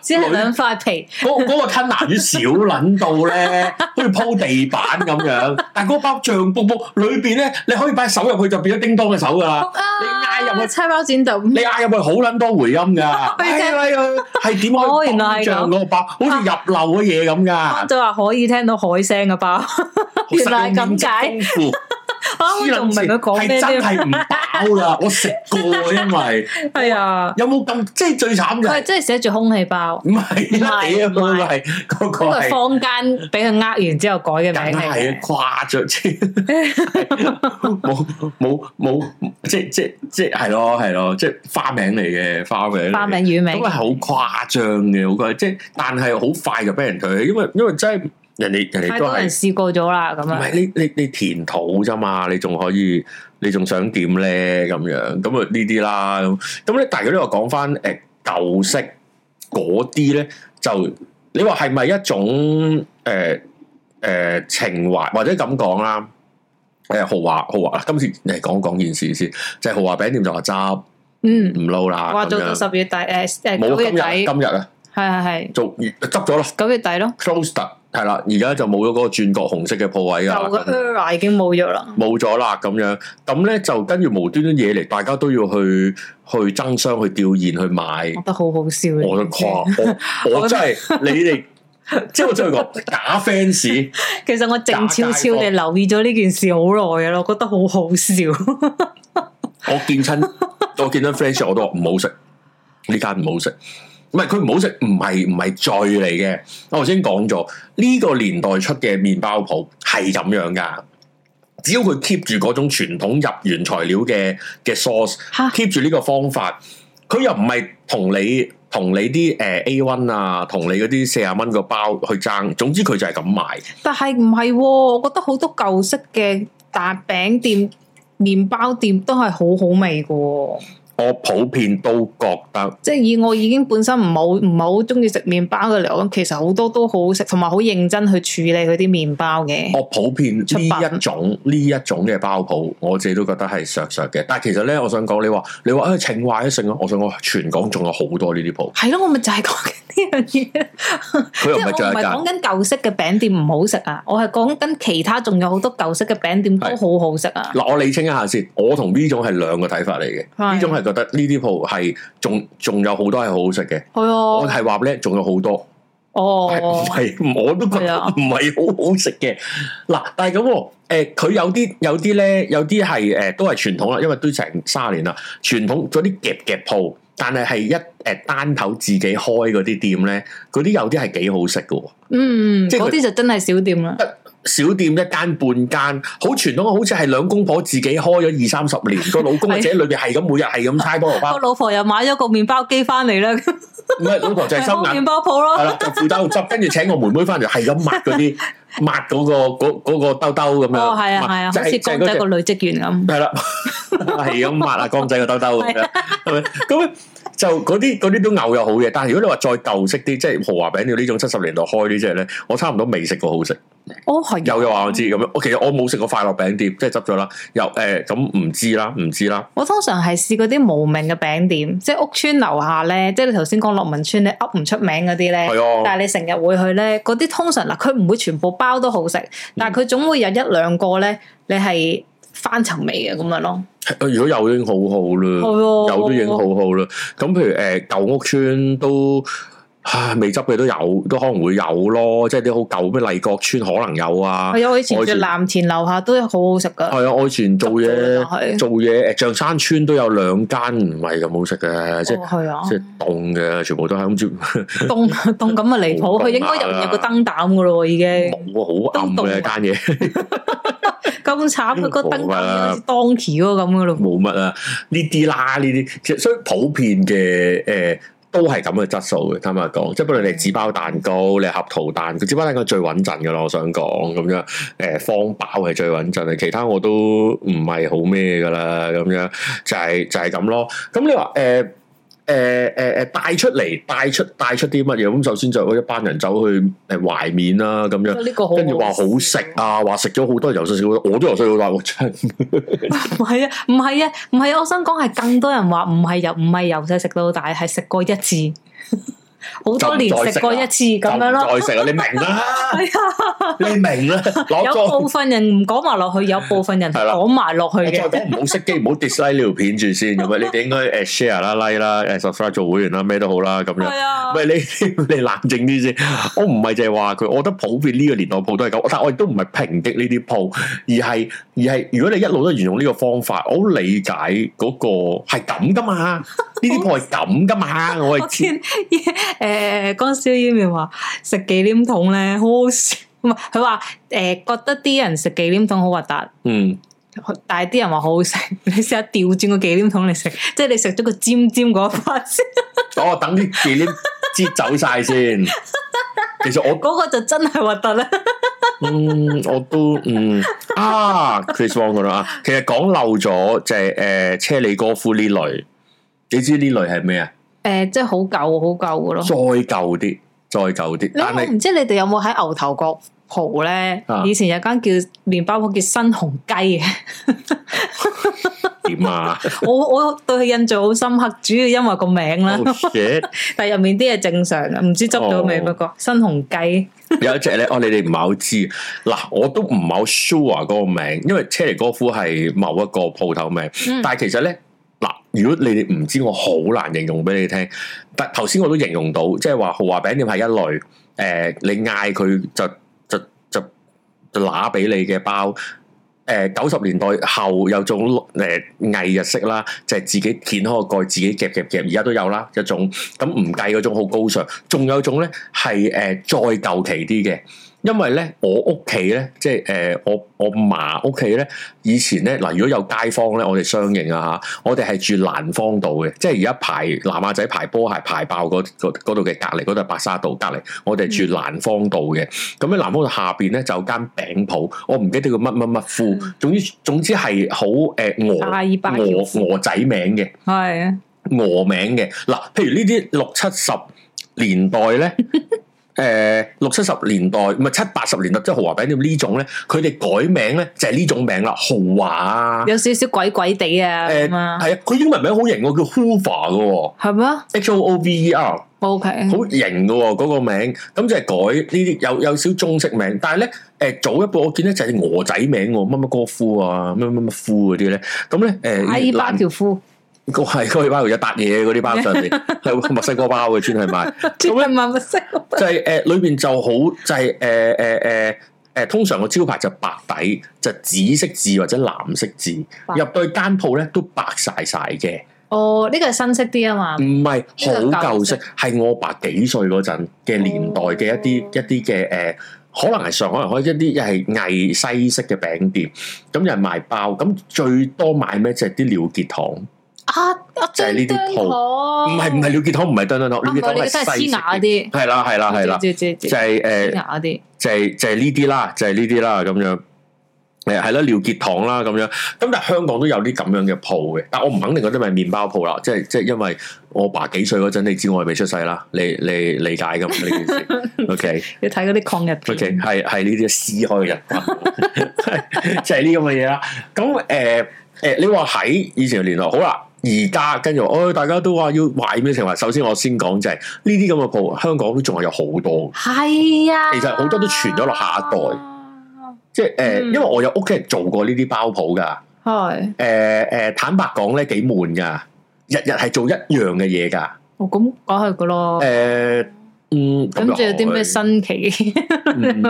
[SPEAKER 2] 只係兩塊皮，
[SPEAKER 1] 嗰嗰個吞拿魚少撚到咧，好似鋪地板咁樣。但嗰包醬卜卜裏邊咧，你可以擺手入去就變咗叮當嘅手噶啦。你嗌入去，
[SPEAKER 2] 猜包剪揼，
[SPEAKER 1] 你嗌入去好撚多回 音哎噶。
[SPEAKER 2] 背脊
[SPEAKER 1] 係啦，係點
[SPEAKER 2] 啊哦
[SPEAKER 1] 可以
[SPEAKER 2] 原來係咁
[SPEAKER 1] 醬嗰個包，好似入漏嘅嘢咁
[SPEAKER 2] 啱
[SPEAKER 1] 噶。
[SPEAKER 2] 咗話可以聽到海聲嘅包，原來係咁解。啊
[SPEAKER 1] 實用面積豐富。
[SPEAKER 2] 我啱啱仲唔明佢講
[SPEAKER 1] 係
[SPEAKER 2] 咩
[SPEAKER 1] 真
[SPEAKER 2] 添，
[SPEAKER 1] 係唔飽啦！我食過，因為
[SPEAKER 2] 係啊，
[SPEAKER 1] 有冇咁即係最慘就
[SPEAKER 2] 佢係
[SPEAKER 1] 係
[SPEAKER 2] 真係寫住空氣包，
[SPEAKER 1] 唔係啦，
[SPEAKER 2] 唔係
[SPEAKER 1] 屌
[SPEAKER 2] 唔係
[SPEAKER 1] 嗰個係嗰個
[SPEAKER 2] 呢個
[SPEAKER 1] 係
[SPEAKER 2] 係坊間俾佢呃完之後改嘅
[SPEAKER 1] 梗
[SPEAKER 2] 名嚟
[SPEAKER 1] 係
[SPEAKER 2] 嘅。
[SPEAKER 1] 誇張，即 係冇冇冇，即即即係咯係咯，即係花名嚟嘅花名嚟嘅，
[SPEAKER 2] 花名乳
[SPEAKER 1] 咁
[SPEAKER 2] 名
[SPEAKER 1] 係，好誇張嘅，好鬼即係，但係好快就俾人退，因為因為真係人哋人哋
[SPEAKER 2] 太
[SPEAKER 1] 都
[SPEAKER 2] 多人
[SPEAKER 1] 係。
[SPEAKER 2] 試過咗啦，咁
[SPEAKER 1] 唔
[SPEAKER 2] 啊
[SPEAKER 1] 係，你你你填土啫嘛，你仲可以，你仲想點咧？咁樣咁啊呢啲啦，咁咁咧，但係如果你話講翻誒舊式嗰啲咧，就你話係咪一種誒誒、呃呃情懷，或者咁講啦？誒、豪華豪華，今次嚟講講件事先，就係、豪華餅店就話執
[SPEAKER 2] 嗯，
[SPEAKER 1] 唔撈啦，
[SPEAKER 2] 話
[SPEAKER 1] 咁
[SPEAKER 2] 做到
[SPEAKER 1] 樣
[SPEAKER 2] 十月底，誒誒
[SPEAKER 1] 冇
[SPEAKER 2] 九月
[SPEAKER 1] 今
[SPEAKER 2] 底，
[SPEAKER 1] 日
[SPEAKER 2] 係
[SPEAKER 1] 今日啊，
[SPEAKER 2] 係係
[SPEAKER 1] 做執咗啦
[SPEAKER 2] 九月底咯，
[SPEAKER 1] ，close 特係啦，而家就冇咗嗰個轉角紅色嘅鋪位
[SPEAKER 2] 就
[SPEAKER 1] 㗎啦。
[SPEAKER 2] 個
[SPEAKER 1] 咁
[SPEAKER 2] era 已經冇咗啦。
[SPEAKER 1] 冇咗啦咁樣，咁咧就跟住無端端嘢嚟，大家都要去去爭相去調研去買
[SPEAKER 2] 覺。得好好笑
[SPEAKER 1] 我就
[SPEAKER 2] 嘅，
[SPEAKER 1] 話我我真係你哋，即係我真係講假 fans，
[SPEAKER 2] 其實我靜
[SPEAKER 1] 假
[SPEAKER 2] 悄
[SPEAKER 1] 街坊
[SPEAKER 2] 悄地留意咗呢件事好耐嘅咯，覺得好好笑。
[SPEAKER 1] 我見親我見親 fans 我都話唔好食，呢間唔好食。唔係佢唔好食，唔係唔係罪嚟嘅。我頭先講咗呢個年代出嘅麵包鋪係咁樣噶，只要佢 keep 住嗰種傳統入原材料嘅嘅 source。
[SPEAKER 2] 嚇
[SPEAKER 1] keep 住呢個方法，佢又唔係同你同你啲誒 A one 啊，同你嗰啲四廿蚊個包去爭，總之佢就係咁賣。
[SPEAKER 2] 但係唔係喎？我覺得好多舊式嘅大餅店、麵包店都係好好味嘅喎。
[SPEAKER 1] 我普遍都覺得
[SPEAKER 2] 即係以我已經本身唔好唔係好中意食麵包嘅嚟講，其實好多都好好食，同埋好認真去處理佢啲麵包嘅。
[SPEAKER 1] 我普遍呢
[SPEAKER 2] 出品
[SPEAKER 1] 一種呢一種嘅包鋪，我自己都覺得係削削嘅。但係其實咧，我想講你話你話誒情懷一成啊，我想講全港仲有好多呢啲鋪，
[SPEAKER 2] 係咯，我咪就係講緊呢樣嘢，
[SPEAKER 1] 佢又唔
[SPEAKER 2] 即
[SPEAKER 1] 係
[SPEAKER 2] 係我
[SPEAKER 1] 就
[SPEAKER 2] 唔
[SPEAKER 1] 一
[SPEAKER 2] 係
[SPEAKER 1] 間。
[SPEAKER 2] 講緊舊式嘅餅店唔好食啊，我係講緊其他仲有好多舊式嘅餅店都好好食啊。
[SPEAKER 1] 嗱，我理清一下先，我同 V 總係兩個睇法嚟嘅。
[SPEAKER 2] 係
[SPEAKER 1] V 總係覺得呢啲鋪係仲仲有好多係好好食嘅，
[SPEAKER 2] 係
[SPEAKER 1] 我
[SPEAKER 2] 啊，
[SPEAKER 1] 係話咧仲有好多。係唔，
[SPEAKER 2] 哦
[SPEAKER 1] 係？我都覺
[SPEAKER 2] 係
[SPEAKER 1] 得
[SPEAKER 2] 啊
[SPEAKER 1] 唔係好好食嘅。嗱，但係咁喎，誒佢有啲有啲咧，有啲係誒都係傳統啦，因為都成卅年啦。傳統嗰啲夾夾鋪，但係係一誒單頭自己開嗰啲店咧，嗰啲有啲係幾好食嘅喎。
[SPEAKER 2] 嗯，
[SPEAKER 1] 即係佢
[SPEAKER 2] 嗰啲就真係小店啦。
[SPEAKER 1] 小店一間半間，好傳統，好似係兩公婆自己開咗二三十年，個老公或者裏邊係咁每日係咁猜菠蘿
[SPEAKER 2] 個
[SPEAKER 1] 包，
[SPEAKER 2] 老婆又買咗個麵包機翻嚟啦，
[SPEAKER 1] 唔係老婆就係收銀
[SPEAKER 2] 麵。包鋪
[SPEAKER 1] 係
[SPEAKER 2] 咯。
[SPEAKER 1] 啦，就負責執，跟住請個妹妹翻嚟，係咁抹嗰 啲，抹嗰、個嗰嗰、個兜兜咁樣。
[SPEAKER 2] 哦，係啊，
[SPEAKER 1] 抹
[SPEAKER 2] 係啊，
[SPEAKER 1] 就
[SPEAKER 2] 好似
[SPEAKER 1] 係就係
[SPEAKER 2] 江
[SPEAKER 1] 嗰
[SPEAKER 2] 仔
[SPEAKER 1] 隻
[SPEAKER 2] 個啊女職員咁。
[SPEAKER 1] 係啦，係咁抹啊江仔個兜兜咁樣，係咪？咁就嗰啲嗰啲都牛又好嘅，但係如果你話再舊式啲，即係豪華餅料呢種七十年代開呢只咧，我差唔多未食過好食。
[SPEAKER 2] 哦，係啊。
[SPEAKER 1] 有又話我知咁樣，我其實我冇食過快樂餅店，即係執咗啦。又誒咁唔知啦，唔知啦。
[SPEAKER 2] 我通常係試嗰啲無名嘅餅店，即係屋村樓下咧，即係你頭先講樂文村，你噏唔出名嗰啲咧。
[SPEAKER 1] 係啊，
[SPEAKER 2] 但係你成日會去咧，嗰啲通常嗱，佢唔會全部包都好食，但係佢總會有一兩個咧，你係翻尋味嘅咁樣咯。
[SPEAKER 1] 如果有已經好好啦。
[SPEAKER 2] 係
[SPEAKER 1] 有都已經好好啦。咁譬如誒、呃、舊屋村都。唉，未執嘅都有，都可能會有咯，即係啲好舊咩麗閣村可能有啊。
[SPEAKER 2] 係啊，我以前
[SPEAKER 1] 我以
[SPEAKER 2] 住
[SPEAKER 1] 前
[SPEAKER 2] 藍田樓下都好好食噶。
[SPEAKER 1] 係啊，我以前做嘢
[SPEAKER 2] 執咗啦係
[SPEAKER 1] 做嘢誒呃象山村都有兩間唔係咁好食嘅，即係
[SPEAKER 2] 哦，係啊，
[SPEAKER 1] 即係凍嘅，全部都係咁住
[SPEAKER 2] 凍凍咁啊離譜，佢應該入面有個燈膽噶咯喎，已經
[SPEAKER 1] 冇好暗
[SPEAKER 2] 都凍
[SPEAKER 1] 嘅
[SPEAKER 2] 啊
[SPEAKER 1] 間嘢，
[SPEAKER 2] 咁慘，佢個燈
[SPEAKER 1] 冇啊
[SPEAKER 2] 膽好似 Donkey 嗰個咁噶咯。
[SPEAKER 1] 冇乜啊呢啲啦呢啲，其實所以普遍嘅誒。呃都係咁嘅質素嘅，坦白講，即係不論你係紙包蛋糕，你係合桃蛋糕，紙包蛋糕最穩陣嘅咯，我想講咁樣，誒、方包係最穩陣嘅，其他我都唔係好咩噶啦，咁樣就係、就係、咁咯。咁你話誒誒誒誒帶出嚟，帶出帶出啲乜嘢？咁首先就有一班人走去誒懷緬啦，咁樣。
[SPEAKER 2] 呢個好
[SPEAKER 1] 跟住話好食啊，話食咗好多，由細食到大，我都由細到大，我真係
[SPEAKER 2] 唔係啊，唔係啊， 唔係啊！我想講係更多人話唔係由唔係由細食到大，係食過一次，好多年食過一次咁樣咯。
[SPEAKER 1] 再食啊！你明啦，你明啦，攞
[SPEAKER 2] 有
[SPEAKER 1] 咗
[SPEAKER 2] 部。分人唔講埋落去，有部分人
[SPEAKER 1] 係啦
[SPEAKER 2] 講埋落去
[SPEAKER 1] 我再
[SPEAKER 2] 嘅。
[SPEAKER 1] 講唔好熄機，唔好 dislike 呢條片住先咁樣。你哋應該誒 share 啦、like 啦、誒 subscribe 做會員啦，咩都好啦咁樣。
[SPEAKER 2] 係啊，
[SPEAKER 1] 喂，你 你冷靜啲先，我唔係淨係話佢，我覺得普遍呢個年代鋪都係咁，但我亦都唔係抨擊呢啲鋪，而係而係如果你一路都沿用呢個方法，我好理解嗰個係咁噶嘛，呢啲鋪係咁噶嘛，我
[SPEAKER 2] 我
[SPEAKER 1] 係
[SPEAKER 2] 見 誒江少伊咪話食忌廉筒咧，好好笑。唔係佢話誒覺得啲人食忌廉筒好核突。
[SPEAKER 1] 嗯
[SPEAKER 2] 但係啲人話好好食，你試下調轉個忌廉筒嚟食， 即係你食咗個尖尖嗰一忽先，
[SPEAKER 1] 我等啲忌廉擠走晒先。其實我
[SPEAKER 2] 嗰個就真係核突啦。
[SPEAKER 1] 嗯，我都嗯啊，Chris Wong 嗰度啊，其實講漏咗就係誒車里哥夫呢類，你知呢類係咩啊？
[SPEAKER 2] 誒，即係好舊好舊嘅咯
[SPEAKER 1] 再。舊啲，再舊啲，但
[SPEAKER 2] 我
[SPEAKER 1] 係
[SPEAKER 2] 唔知你哋有冇喺牛頭角蒲咧
[SPEAKER 1] 啊？
[SPEAKER 2] 以前有間叫麵包鋪叫新紅雞嘅，
[SPEAKER 1] 點啊
[SPEAKER 2] 我我對佢印象好深刻，主要因為個名啦
[SPEAKER 1] ？Oh。shit！
[SPEAKER 2] 但係入面啲嘢正常嘅，唔知執到
[SPEAKER 1] 哦
[SPEAKER 2] 未？不過新紅雞
[SPEAKER 1] 有一隻咧，哦，你哋唔係好知嗱，我都唔係好 sure 嗰個名，因為車厘哥夫係某一個鋪頭名，
[SPEAKER 2] 嗯
[SPEAKER 1] 但係其實咧嗱，如果你哋唔知，我好難形容俾你聽。但頭先我都形容到，即係話豪華餅店係一類，誒、你嗌佢就就就就揦俾你嘅包。誒九十年代後有種誒偽日式啦，就係、自己掀開個蓋，自己夾夾夾，而家都有啦一種。咁唔計嗰種好高尚，仲有種咧係誒呃再舊期啲嘅，因為咧我屋企咧即係誒、呃我我嫲屋企咧以前咧嗱，如果有街坊咧，我哋相認啊嚇，我哋係住蘭芳道嘅，即係而家排南亞仔排波鞋排爆嗰嗰嗰度嘅隔離，嗰度係白沙道隔離，我哋住蘭芳道嘅。咁喺南方道下邊咧就有間餅鋪，我唔記得佢乜乜乜夫，總之總之係好誒
[SPEAKER 2] 阿
[SPEAKER 1] 鵝
[SPEAKER 2] 爾伯
[SPEAKER 1] 鵝
[SPEAKER 2] 要
[SPEAKER 1] 鵝仔名嘅。
[SPEAKER 2] 係啊，
[SPEAKER 1] 俄名嘅。嗱，譬如呢啲六七十年代 咧，誒、六七十年代唔係七八十年代，即係豪華餅店呢種咧，佢哋改名咧就係呢種名啦，豪華啊，
[SPEAKER 2] 有少少鬼鬼地啊
[SPEAKER 1] 誒
[SPEAKER 2] 咁啊，
[SPEAKER 1] 係啊，佢英文名好型喎，叫 Hoover 嘅喎
[SPEAKER 2] 係咩
[SPEAKER 1] ，H O O V E R。
[SPEAKER 2] ？O K，
[SPEAKER 1] 好型嘅喎嗰個名，咁就係改呢啲有有少中式名，但係咧誒早一步我見咧就係俄仔名喎，乜乜哥夫啊，乜乜乜夫嗰啲咧，咁咧誒
[SPEAKER 2] 阿爾巴條褲，
[SPEAKER 1] 個係嗰啲包有笪嘢嗰啲包 上面，係墨西哥包嘅專係賣，
[SPEAKER 2] 絕對唔係咪識？
[SPEAKER 1] 就 係誒裏邊就好就係誒呃誒誒誒，呃通常個招牌就白底，就紫色字或者藍色字，
[SPEAKER 2] 白
[SPEAKER 1] 入到去間鋪咧都白晒晒嘅，
[SPEAKER 2] 哦，呢個係新式啲啊嘛。
[SPEAKER 1] 唔係好
[SPEAKER 2] 呢個舊
[SPEAKER 1] 舊式
[SPEAKER 2] 式，
[SPEAKER 1] 係我爸幾歲嗰陣嘅年代嘅一啲、
[SPEAKER 2] 哦
[SPEAKER 1] 一啲嘅誒。可能係上海人開一啲係偽西式嘅餅店，咁有人賣包，咁最多買咩就係啲鳥結糖，唔
[SPEAKER 2] 啊啊，
[SPEAKER 1] 就係呢啲鋪
[SPEAKER 2] 鋪
[SPEAKER 1] 係唔係鳥結糖，唔係墩墩糖，
[SPEAKER 2] 啊
[SPEAKER 1] 鳥
[SPEAKER 2] 哦唔
[SPEAKER 1] 結
[SPEAKER 2] 係
[SPEAKER 1] 糖
[SPEAKER 2] 你
[SPEAKER 1] 係
[SPEAKER 2] 嘅真係
[SPEAKER 1] 西
[SPEAKER 2] 黐
[SPEAKER 1] 式
[SPEAKER 2] 牙
[SPEAKER 1] 嘅，
[SPEAKER 2] 啲，
[SPEAKER 1] 係啦係啦係啦，
[SPEAKER 2] 知知知
[SPEAKER 1] 就係呃誒
[SPEAKER 2] 黐。牙啲，
[SPEAKER 1] 就係、就係呢啲啦，就係呢啲啦咁樣。誒係啦，廖結堂啦咁樣，咁但係香港都有啲咁樣嘅鋪嘅，但我唔肯定嗰啲係咪麵包鋪啦，即係即係因為我爸幾歲嗰陣，你知我係未出世啦，你你理解咁呢件事，OK
[SPEAKER 2] 你睇嗰啲抗日
[SPEAKER 1] OK
[SPEAKER 2] 片，
[SPEAKER 1] 係係呢啲撕開嘅人， 就係呢咁嘅嘢啦。咁誒誒，你話喺以前嘅年代好啦，而家跟住我，哎大家都話要懷緬情懷。首先我先講就係呢啲咁嘅鋪，香港都仲係有好多嘅。
[SPEAKER 2] 係啊，
[SPEAKER 1] 其實好多都傳咗落下一代即係誒，呃
[SPEAKER 2] 嗯
[SPEAKER 1] 因為我有屋企人做過呢啲包鋪㗎，誒、
[SPEAKER 2] 係，
[SPEAKER 1] 誒，坦白講咧幾悶㗎，日日係做一樣嘅嘢㗎，
[SPEAKER 2] 哦咁講係噶咯
[SPEAKER 1] 誒、。嗯，
[SPEAKER 2] 哦咁仲有啲咩新 奇？
[SPEAKER 1] 嗯？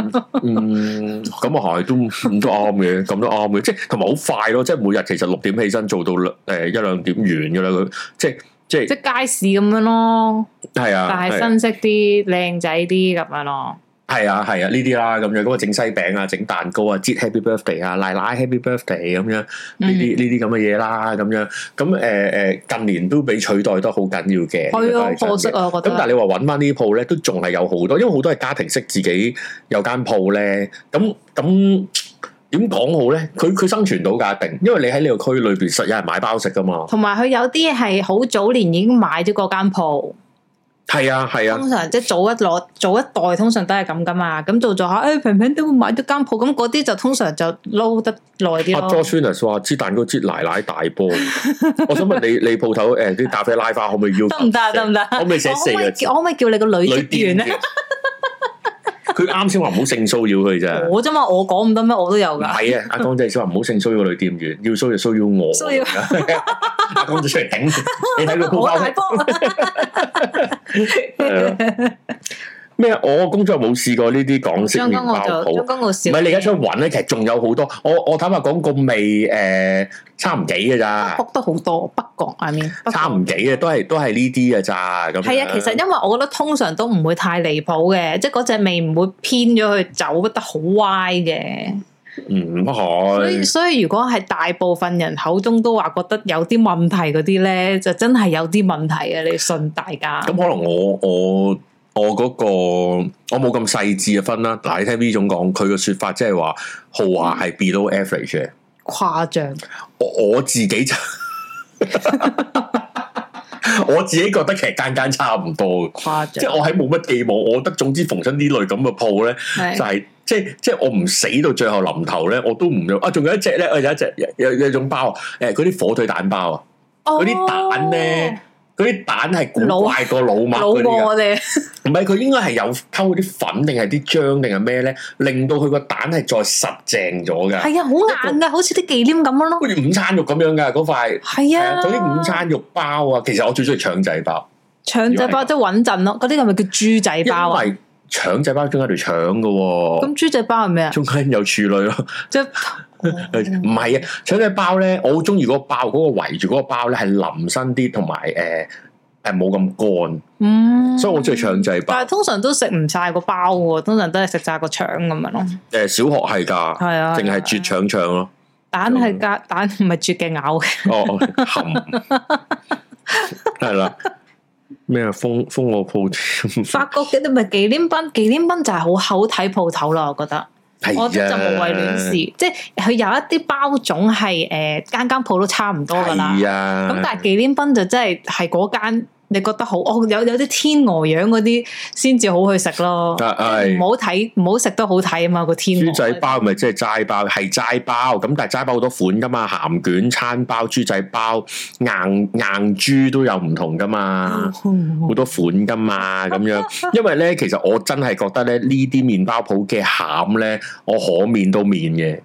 [SPEAKER 1] 嗯，咁啊係，都 咁都啱嘅，咁都啱嘅，即係同埋好快咯，即係每日其實六點起身做到誒、一兩點完㗎啦，佢即係即
[SPEAKER 2] 即
[SPEAKER 1] 係
[SPEAKER 2] 係街市咁樣咯，
[SPEAKER 1] 係啊，
[SPEAKER 2] 但係
[SPEAKER 1] 係啊
[SPEAKER 2] 新式啲、靚仔啲咁樣咯。
[SPEAKER 1] 係啊係啊呢啲啦，咁樣咁啊整西餅啊，整蛋糕啊，擠 Happy Birthday 啊，奶奶 Happy Birthday 咁樣呢
[SPEAKER 2] 嗯
[SPEAKER 1] 啲呢啲咁嘅嘢啦，咁樣咁誒誒近年都俾取代得好緊要嘅，
[SPEAKER 2] 係啊，
[SPEAKER 1] 都係
[SPEAKER 2] 可惜
[SPEAKER 1] 真嘅
[SPEAKER 2] 啊，我覺
[SPEAKER 1] 咁但係你
[SPEAKER 2] 得。
[SPEAKER 1] 話揾翻呢啲鋪咧，都仲係有好多，因為好多係家庭式自己有間鋪咧。咁咁點講好咧？佢佢生存到㗎，一定，因為你喺呢個區裏邊實有人買包食㗎嘛。
[SPEAKER 2] 同埋佢有啲係好早年已經買咗嗰間鋪，
[SPEAKER 1] 係啊係啊，
[SPEAKER 2] 通常即係早一攞早一代，通常都係咁噶嘛。咁做做下，誒平平都會買到間鋪，咁嗰啲就通常就撈得耐啲
[SPEAKER 1] 阿
[SPEAKER 2] 咯。
[SPEAKER 1] George Venus 話切蛋糕切奶奶大 波，我想問你你鋪頭誒啲咖啡拉花可唔可以要求
[SPEAKER 2] 得唔得啊？得唔得啊？
[SPEAKER 1] 可唔可以寫四
[SPEAKER 2] 我可唔可
[SPEAKER 1] 個
[SPEAKER 2] 以
[SPEAKER 1] 字
[SPEAKER 2] 叫？我可唔可以叫你個女
[SPEAKER 1] 女
[SPEAKER 2] 職員啊
[SPEAKER 1] 店
[SPEAKER 2] 咧？
[SPEAKER 1] 員？佢啱先話唔好性騷擾佢啫。
[SPEAKER 2] 我啫嘛，我講唔得咩？我都有
[SPEAKER 1] 唔
[SPEAKER 2] 噶。
[SPEAKER 1] 係啊，阿江仔先話唔好性騷擾女店員，要騷就騷擾我。
[SPEAKER 2] 騷
[SPEAKER 1] 阿江仔出嚟 頂，你睇佢
[SPEAKER 2] 我
[SPEAKER 1] 高
[SPEAKER 2] 大
[SPEAKER 1] 交
[SPEAKER 2] 波，
[SPEAKER 1] 咩啊？我工作冇試過呢啲港式
[SPEAKER 2] 張
[SPEAKER 1] 麵
[SPEAKER 2] 江我
[SPEAKER 1] 包
[SPEAKER 2] 就
[SPEAKER 1] 鋪
[SPEAKER 2] 張。江我
[SPEAKER 1] 唔
[SPEAKER 2] 少。
[SPEAKER 1] 係你而家出去揾咧，其實仲有好多。我我坦白講，個味誒、呃差唔幾嘅
[SPEAKER 2] 北
[SPEAKER 1] 咋，
[SPEAKER 2] 角都好多，北角 I mean，北角
[SPEAKER 1] 啊差唔幾嘅，都係都係呢啲嘅咋。咁
[SPEAKER 2] 係啊，其實因為我覺得通常都唔會太離譜嘅，即係嗰隻味唔會偏咗去走得好歪嘅。
[SPEAKER 1] 嗯唔
[SPEAKER 2] 所以
[SPEAKER 1] 開
[SPEAKER 2] 所以如果係大部分人口中都話覺得有啲問題嗰啲咧，就真係有啲問題啊！你信大家
[SPEAKER 1] 咁可能我我我嗰、個我冇咁細緻嘅分啦。嗱，你聽 V 總講，佢嘅説法即係話豪華
[SPEAKER 2] 嗯
[SPEAKER 1] 係 below average 嘅。
[SPEAKER 2] 誇張，
[SPEAKER 1] 我我自己就 我自己覺得其實間間差唔多嘅，
[SPEAKER 2] 誇
[SPEAKER 1] 即係
[SPEAKER 2] 張，
[SPEAKER 1] 我喺冇乜寄望，我覺得總之逢親呢類咁嘅鋪咧，就
[SPEAKER 2] 係
[SPEAKER 1] 係、即係即係我唔死到最後臨頭咧，我都唔用啊！仲有一隻咧，我有一隻有有有一種包啊，誒嗰啲火腿蛋包啊，嗰啲蛋咧，嗰啲蛋係古怪過老麥
[SPEAKER 2] 哦老
[SPEAKER 1] 嗰啲
[SPEAKER 2] 過
[SPEAKER 1] 嘅。
[SPEAKER 2] 我哋，
[SPEAKER 1] 唔係佢應該係有溝啲粉定係啲漿定係咩咧，令到佢個蛋係再實淨咗嘅，
[SPEAKER 2] 係啊，好硬噶，好似啲忌廉咁樣咯，
[SPEAKER 1] 好似午餐肉咁樣㗎嗰塊。
[SPEAKER 2] 係
[SPEAKER 1] 係啊，
[SPEAKER 2] 啊，
[SPEAKER 1] 嗰啲午餐肉包啊，其實我最中意腸仔包，
[SPEAKER 2] 腸仔包即係穩陣咯，嗰啲係咪叫豬仔
[SPEAKER 1] 因
[SPEAKER 2] 包啊？
[SPEAKER 1] 為腸仔包中間有條腸嘅喎，
[SPEAKER 2] 咁豬仔包係咩啊？
[SPEAKER 1] 中間有處女咯，
[SPEAKER 2] 即係嗯
[SPEAKER 1] 唔係啊，腸仔包咧，我好中意嗰個包，嗰、個圍住嗰個包咧係腍身啲，同埋誒誒冇咁
[SPEAKER 2] 嗯，
[SPEAKER 1] 乾，所以我中意腸仔包。
[SPEAKER 2] 但係通常都食唔晒個包喎，通常都係食晒個腸咁樣咯。
[SPEAKER 1] 誒、小學係㗎，
[SPEAKER 2] 係啊，
[SPEAKER 1] 啊淨係
[SPEAKER 2] 絕
[SPEAKER 1] 啜腸腸咯，
[SPEAKER 2] 蛋係加蛋，唔係絕嘅咬嘅。
[SPEAKER 1] 哦 哦含係啦。咩啊？封封我鋪
[SPEAKER 2] 法國嘅唔係忌廉賓，忌廉賓就係好口睇鋪頭啦，我覺得。
[SPEAKER 1] 啊
[SPEAKER 2] 我覺得就無謂亂試，即係佢有一啲包種係誒間間鋪都差唔多㗎啦。
[SPEAKER 1] 係啊，
[SPEAKER 2] 咁但係忌廉賓就真係係嗰間你覺得好，哦有有啲天鵝樣嗰啲先至好去食咯。
[SPEAKER 1] 啊係
[SPEAKER 2] 唔好睇，唔好食都好睇啊嘛個天鵝。
[SPEAKER 1] 豬仔包咪即係齋包，係齋包咁，但係齋包好多款噶嘛，鹹卷、餐包、豬仔包、硬硬豬都有唔同噶
[SPEAKER 2] 嗯
[SPEAKER 1] 嘛，好多款噶嘛咁樣。 因為咧，其實我真係覺得咧，呢啲麵包鋪嘅餡咧，我可面都面嘅，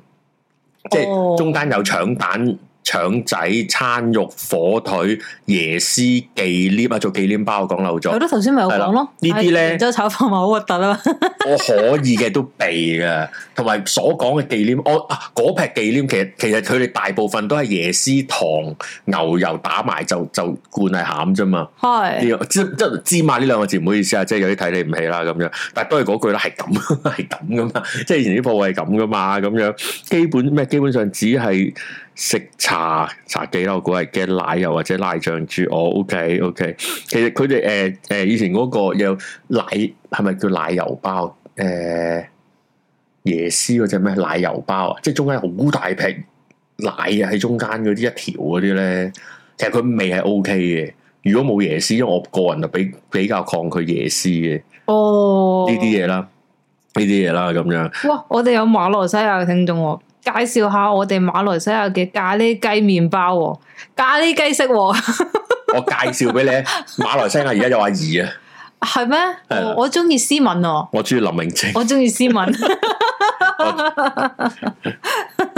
[SPEAKER 1] 即係
[SPEAKER 2] 哦
[SPEAKER 1] 中間有腸蛋。腸仔、餐肉、火腿、椰絲、忌廉啊，做忌廉包我講漏咗
[SPEAKER 2] 係，咯，頭先 咪有講咯。
[SPEAKER 1] 係啦呢啲咧
[SPEAKER 2] 然之後炒飯咪好核突啊啦。
[SPEAKER 1] 我可以嘅都避嘅，同埋所講嘅忌廉，我啊嗰劈忌廉其實其實佢哋大部分都係椰絲糖牛油打埋就就灌係餡啫嘛。
[SPEAKER 2] 係
[SPEAKER 1] 呢個即即芝麻呢兩個字唔好意思啊，即係有啲睇你唔起啦咁樣。但係都係嗰句啦，係咁 係咁噶嘛，即係以前啲鋪係咁噶嘛，咁樣基本咩基本上只係食茶茶記啦，我估係嘅奶油或者奶醬豬。哦，OK OK，其實佢哋誒誒以前嗰個有奶係咪叫奶油包誒？呃椰絲嗰只咩奶油包啊，即係中間好大劈奶啊，喺中間嗰啲一條嗰啲咧，其實佢味係 O K 嘅。如果冇椰絲，因為我個人就比比較抗拒椰絲嘅呢
[SPEAKER 2] 哦，
[SPEAKER 1] 啲嘢啦，呢啲嘢啦咁樣。
[SPEAKER 2] 哇！我哋有馬來西亞嘅聽眾喎，介紹下我哋馬來西亞嘅咖喱雞麵包喎，咖喱雞式喎，
[SPEAKER 1] 我介紹俾你，馬來西亞而家有阿怡啊，
[SPEAKER 2] 係咩？
[SPEAKER 1] 係啦
[SPEAKER 2] 我我中意斯文喎，
[SPEAKER 1] 我中意林明晶，
[SPEAKER 2] 我中意斯 文，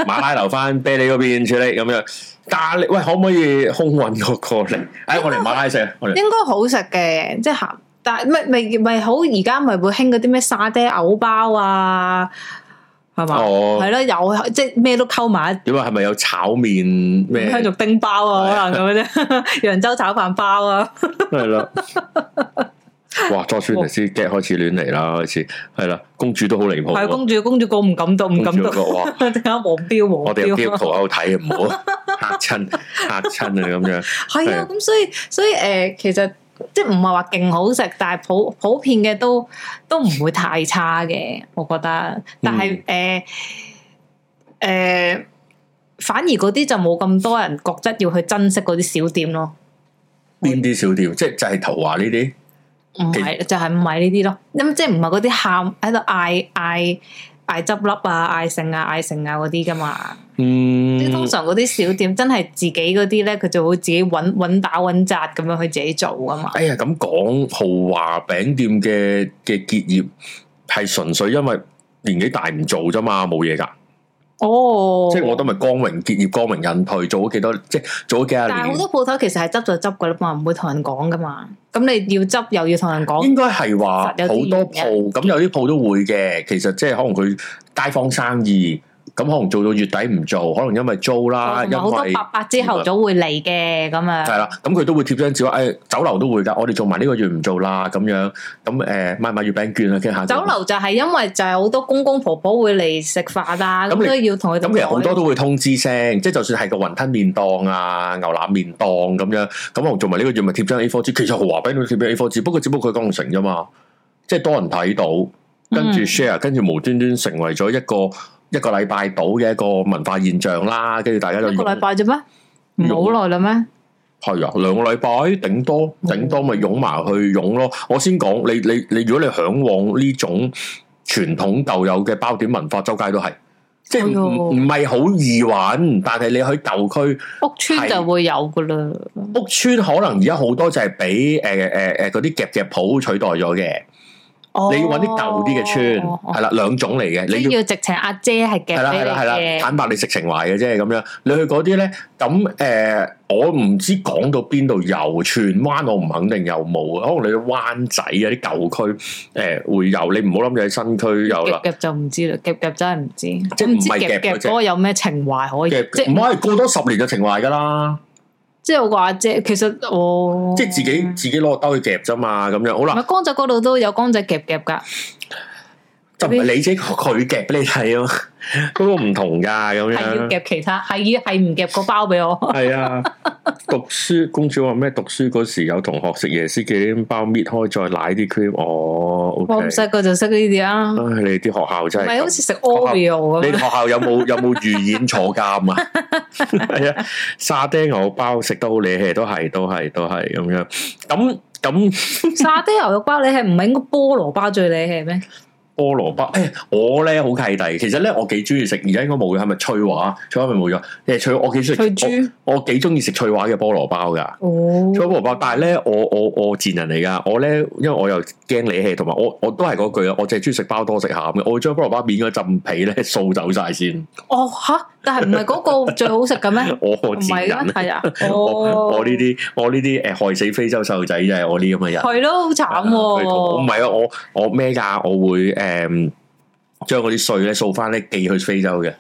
[SPEAKER 1] 馬拉留翻啤梨嗰邊處理咁樣。咖喱喂，可唔可以空運我過嚟？哎，
[SPEAKER 2] 哦
[SPEAKER 1] 我嚟馬拉西亞，我嚟。
[SPEAKER 2] 應該好食嘅，即係鹹，但係咪咪咪好而家咪會興嗰啲咩沙爹牛包啊，係嘛？
[SPEAKER 1] 哦，
[SPEAKER 2] 係咯，有即係咩都溝埋一
[SPEAKER 1] 點啊？係咪有炒麵咩？
[SPEAKER 2] 香肉丁包
[SPEAKER 1] 係
[SPEAKER 2] 啊，
[SPEAKER 1] 啊
[SPEAKER 2] 可能咁樣啫， 揚州炒飯包啊，
[SPEAKER 1] 係 啦。哇！佐川尼斯 get 開始亂嚟啦，開始係啦，公主都好離譜
[SPEAKER 2] 係啊
[SPEAKER 1] 喎。
[SPEAKER 2] 公主公主個唔敢到，唔敢
[SPEAKER 1] 公主
[SPEAKER 2] 到
[SPEAKER 1] 嗰，個 哇！
[SPEAKER 2] 陣間黃標
[SPEAKER 1] 我
[SPEAKER 2] 黃
[SPEAKER 1] 哋有
[SPEAKER 2] 標
[SPEAKER 1] 啲。圖喺度睇，唔好啊嚇親嚇親啊咁樣。
[SPEAKER 2] 係啊，咁所以所以誒、呃其實即係唔係話勁好食，但係普普遍嘅都都唔會太差嘅，我覺得。但係
[SPEAKER 1] 嗯
[SPEAKER 2] 誒誒，反而嗰啲就冇咁多人覺得要去珍惜嗰啲小店咯。
[SPEAKER 1] 邊啲小店？即係就係頭華呢啲，
[SPEAKER 2] 唔係就係唔係呢啲咯，咁即係唔係嗰啲喊喺度嗌嗌嗌執笠啊、嗌剩啊、嗌剩啊嗰啲噶嘛。即係
[SPEAKER 1] 嗯，
[SPEAKER 2] 通常嗰啲小店真係自己嗰啲咧，佢就會自己揾揾打揾扎咁樣去自己做噶嘛。
[SPEAKER 1] 哎呀，咁講豪華餅店嘅嘅結業係純粹因為年紀大唔做啫嘛，冇嘢㗎。
[SPEAKER 2] 哦，
[SPEAKER 1] 即係我覺得咪光榮結業、光榮引退，做咗幾多，即係做咗幾廿
[SPEAKER 2] 但係好
[SPEAKER 1] 年。
[SPEAKER 2] 多鋪頭其實係執就執噶啦嘛，唔會同人講噶嘛。咁你要執又要同人講，
[SPEAKER 1] 應該係話好
[SPEAKER 2] 實有啲
[SPEAKER 1] 多鋪，咁有啲鋪都會嘅。其實即係可能佢街坊生意，咁可能做到月底唔做，可能因為租啦，
[SPEAKER 2] 哦同
[SPEAKER 1] 啊因
[SPEAKER 2] 埋好多
[SPEAKER 1] 為
[SPEAKER 2] 伯伯之後早會嚟嘅咁啊。
[SPEAKER 1] 係啦，咁佢都會貼張紙話，誒酒樓都會㗎，我哋做埋呢個月唔做啦，咁樣咁誒買唔買月餅券啊，傾下
[SPEAKER 2] 酒樓就係因為就係好多公公婆婆會嚟食飯啊，
[SPEAKER 1] 咁
[SPEAKER 2] 咁
[SPEAKER 1] 你
[SPEAKER 2] 所以要同佢哋
[SPEAKER 1] 咁其實好多
[SPEAKER 2] 改
[SPEAKER 1] 都會通知聲，即係就算係個雲吞麵檔啊、牛腩麵檔咁樣，咁我做埋呢個月咪貼張 A4 紙，其實豪華餅都貼張 A4 紙，不過只不過佢講成啫嘛，即係多人睇到，跟住
[SPEAKER 2] 嗯
[SPEAKER 1] share，跟住無端端成為咗一個一個禮拜到嘅一個文化現象啦，跟住大家就
[SPEAKER 2] 一個禮拜啫咩？
[SPEAKER 1] 用
[SPEAKER 2] 唔好耐啦咩？
[SPEAKER 1] 係啊，兩個禮拜頂多
[SPEAKER 2] 嗯
[SPEAKER 1] 頂多咪湧埋去湧咯。我先講你你你，如果你向往呢種傳統舊有嘅包點文化，周街都係，即係
[SPEAKER 2] 哎呦
[SPEAKER 1] 唔唔係好易揾，但係你喺舊區
[SPEAKER 2] 屋村就會有噶啦，
[SPEAKER 1] 屋村，可能而家好多就係俾誒誒誒嗰啲夾夾鋪取代咗嘅。
[SPEAKER 2] 哦
[SPEAKER 1] 你要揾啲舊啲嘅村，
[SPEAKER 2] 哦哦
[SPEAKER 1] 係啦，兩種嚟嘅，
[SPEAKER 2] 即
[SPEAKER 1] 你要
[SPEAKER 2] 係。要直情阿姐係
[SPEAKER 1] 係
[SPEAKER 2] 夾
[SPEAKER 1] 啦係啦係
[SPEAKER 2] 俾
[SPEAKER 1] 啦，
[SPEAKER 2] 你嘅，
[SPEAKER 1] 坦白你食情懷嘅啫咁樣。你去嗰啲咧，咁誒、呃我唔知講到邊度有，荃灣我唔肯定有冇，可能你去灣仔啊啲舊區誒、呃、會有，你唔好諗住喺新區有啦
[SPEAKER 2] 夾。夾就唔知啦，夾夾真係唔知，
[SPEAKER 1] 即係
[SPEAKER 2] 我唔知
[SPEAKER 1] 唔係夾
[SPEAKER 2] 夾
[SPEAKER 1] 嗰
[SPEAKER 2] 夾
[SPEAKER 1] 隻
[SPEAKER 2] 嗰個有咩情懷可以
[SPEAKER 1] 嘅，
[SPEAKER 2] 即
[SPEAKER 1] 唔可以過多十年就情懷㗎啦，
[SPEAKER 2] 即係我個阿姐，其實我
[SPEAKER 1] 即係自
[SPEAKER 2] 哦
[SPEAKER 1] 己啊自己攞個兜去夾啫嘛，咁樣好
[SPEAKER 2] 唔
[SPEAKER 1] 啦，
[SPEAKER 2] 係江仔嗰度都有江仔夾夾㗎，
[SPEAKER 1] 就唔係你自己佢夾俾你睇啊嘛， 嗰個唔同㗎咁
[SPEAKER 2] 係要
[SPEAKER 1] 樣。
[SPEAKER 2] 夾其他，係要係唔夾個包 俾我。
[SPEAKER 1] 係啊，讀書公主話咩？讀書嗰時有同學食椰絲忌廉包搣開再奶啲 cream，哦，OK，
[SPEAKER 2] 我咁細個就識呢啲啊，唔
[SPEAKER 1] 唉，你啲學校真係
[SPEAKER 2] 係
[SPEAKER 1] 咁
[SPEAKER 2] 好似食 Oreo 啊咁
[SPEAKER 1] 你
[SPEAKER 2] 樣
[SPEAKER 1] 哋。學校有冇有冇預演坐監 啊？係啊，沙爹牛包食得好理氣，都係都係都係咁樣。咁咁
[SPEAKER 2] 沙爹牛肉包你係唔係應該菠蘿包最理氣 咩？
[SPEAKER 1] 菠蘿包，誒、我咧好契弟，其實咧我幾中意食，而家應該冇咗，係咪翠華？翠華咪冇咗？誒翠，我幾
[SPEAKER 2] 脆
[SPEAKER 1] 中意食，
[SPEAKER 2] 豬
[SPEAKER 1] 我我幾中意食翠華嘅菠蘿包㗎。
[SPEAKER 2] 哦，
[SPEAKER 1] 吹菠蘿包，但係咧，我我我賤人嚟噶，我咧，因為我又驚你氣，同埋我我都係嗰句啊，我淨係中意食包多食餡嘅，我會將菠蘿包面嗰浸皮咧掃走晒先，
[SPEAKER 2] 哦吓，但係唔係 嗰個最好食嘅咩？
[SPEAKER 1] 我
[SPEAKER 2] 唔
[SPEAKER 1] 我賤
[SPEAKER 2] 係咩？
[SPEAKER 1] 人，
[SPEAKER 2] 係啊，
[SPEAKER 1] 我
[SPEAKER 2] 哦，
[SPEAKER 1] 我呢啲我呢啲誒呃害死非洲細路仔就係我呢咁嘅人，
[SPEAKER 2] 係咯，好慘
[SPEAKER 1] 我唔
[SPEAKER 2] 喎。
[SPEAKER 1] 係啊，我我咩㗎？我會誒將嗰啲碎咧掃翻咧寄去非洲嘅，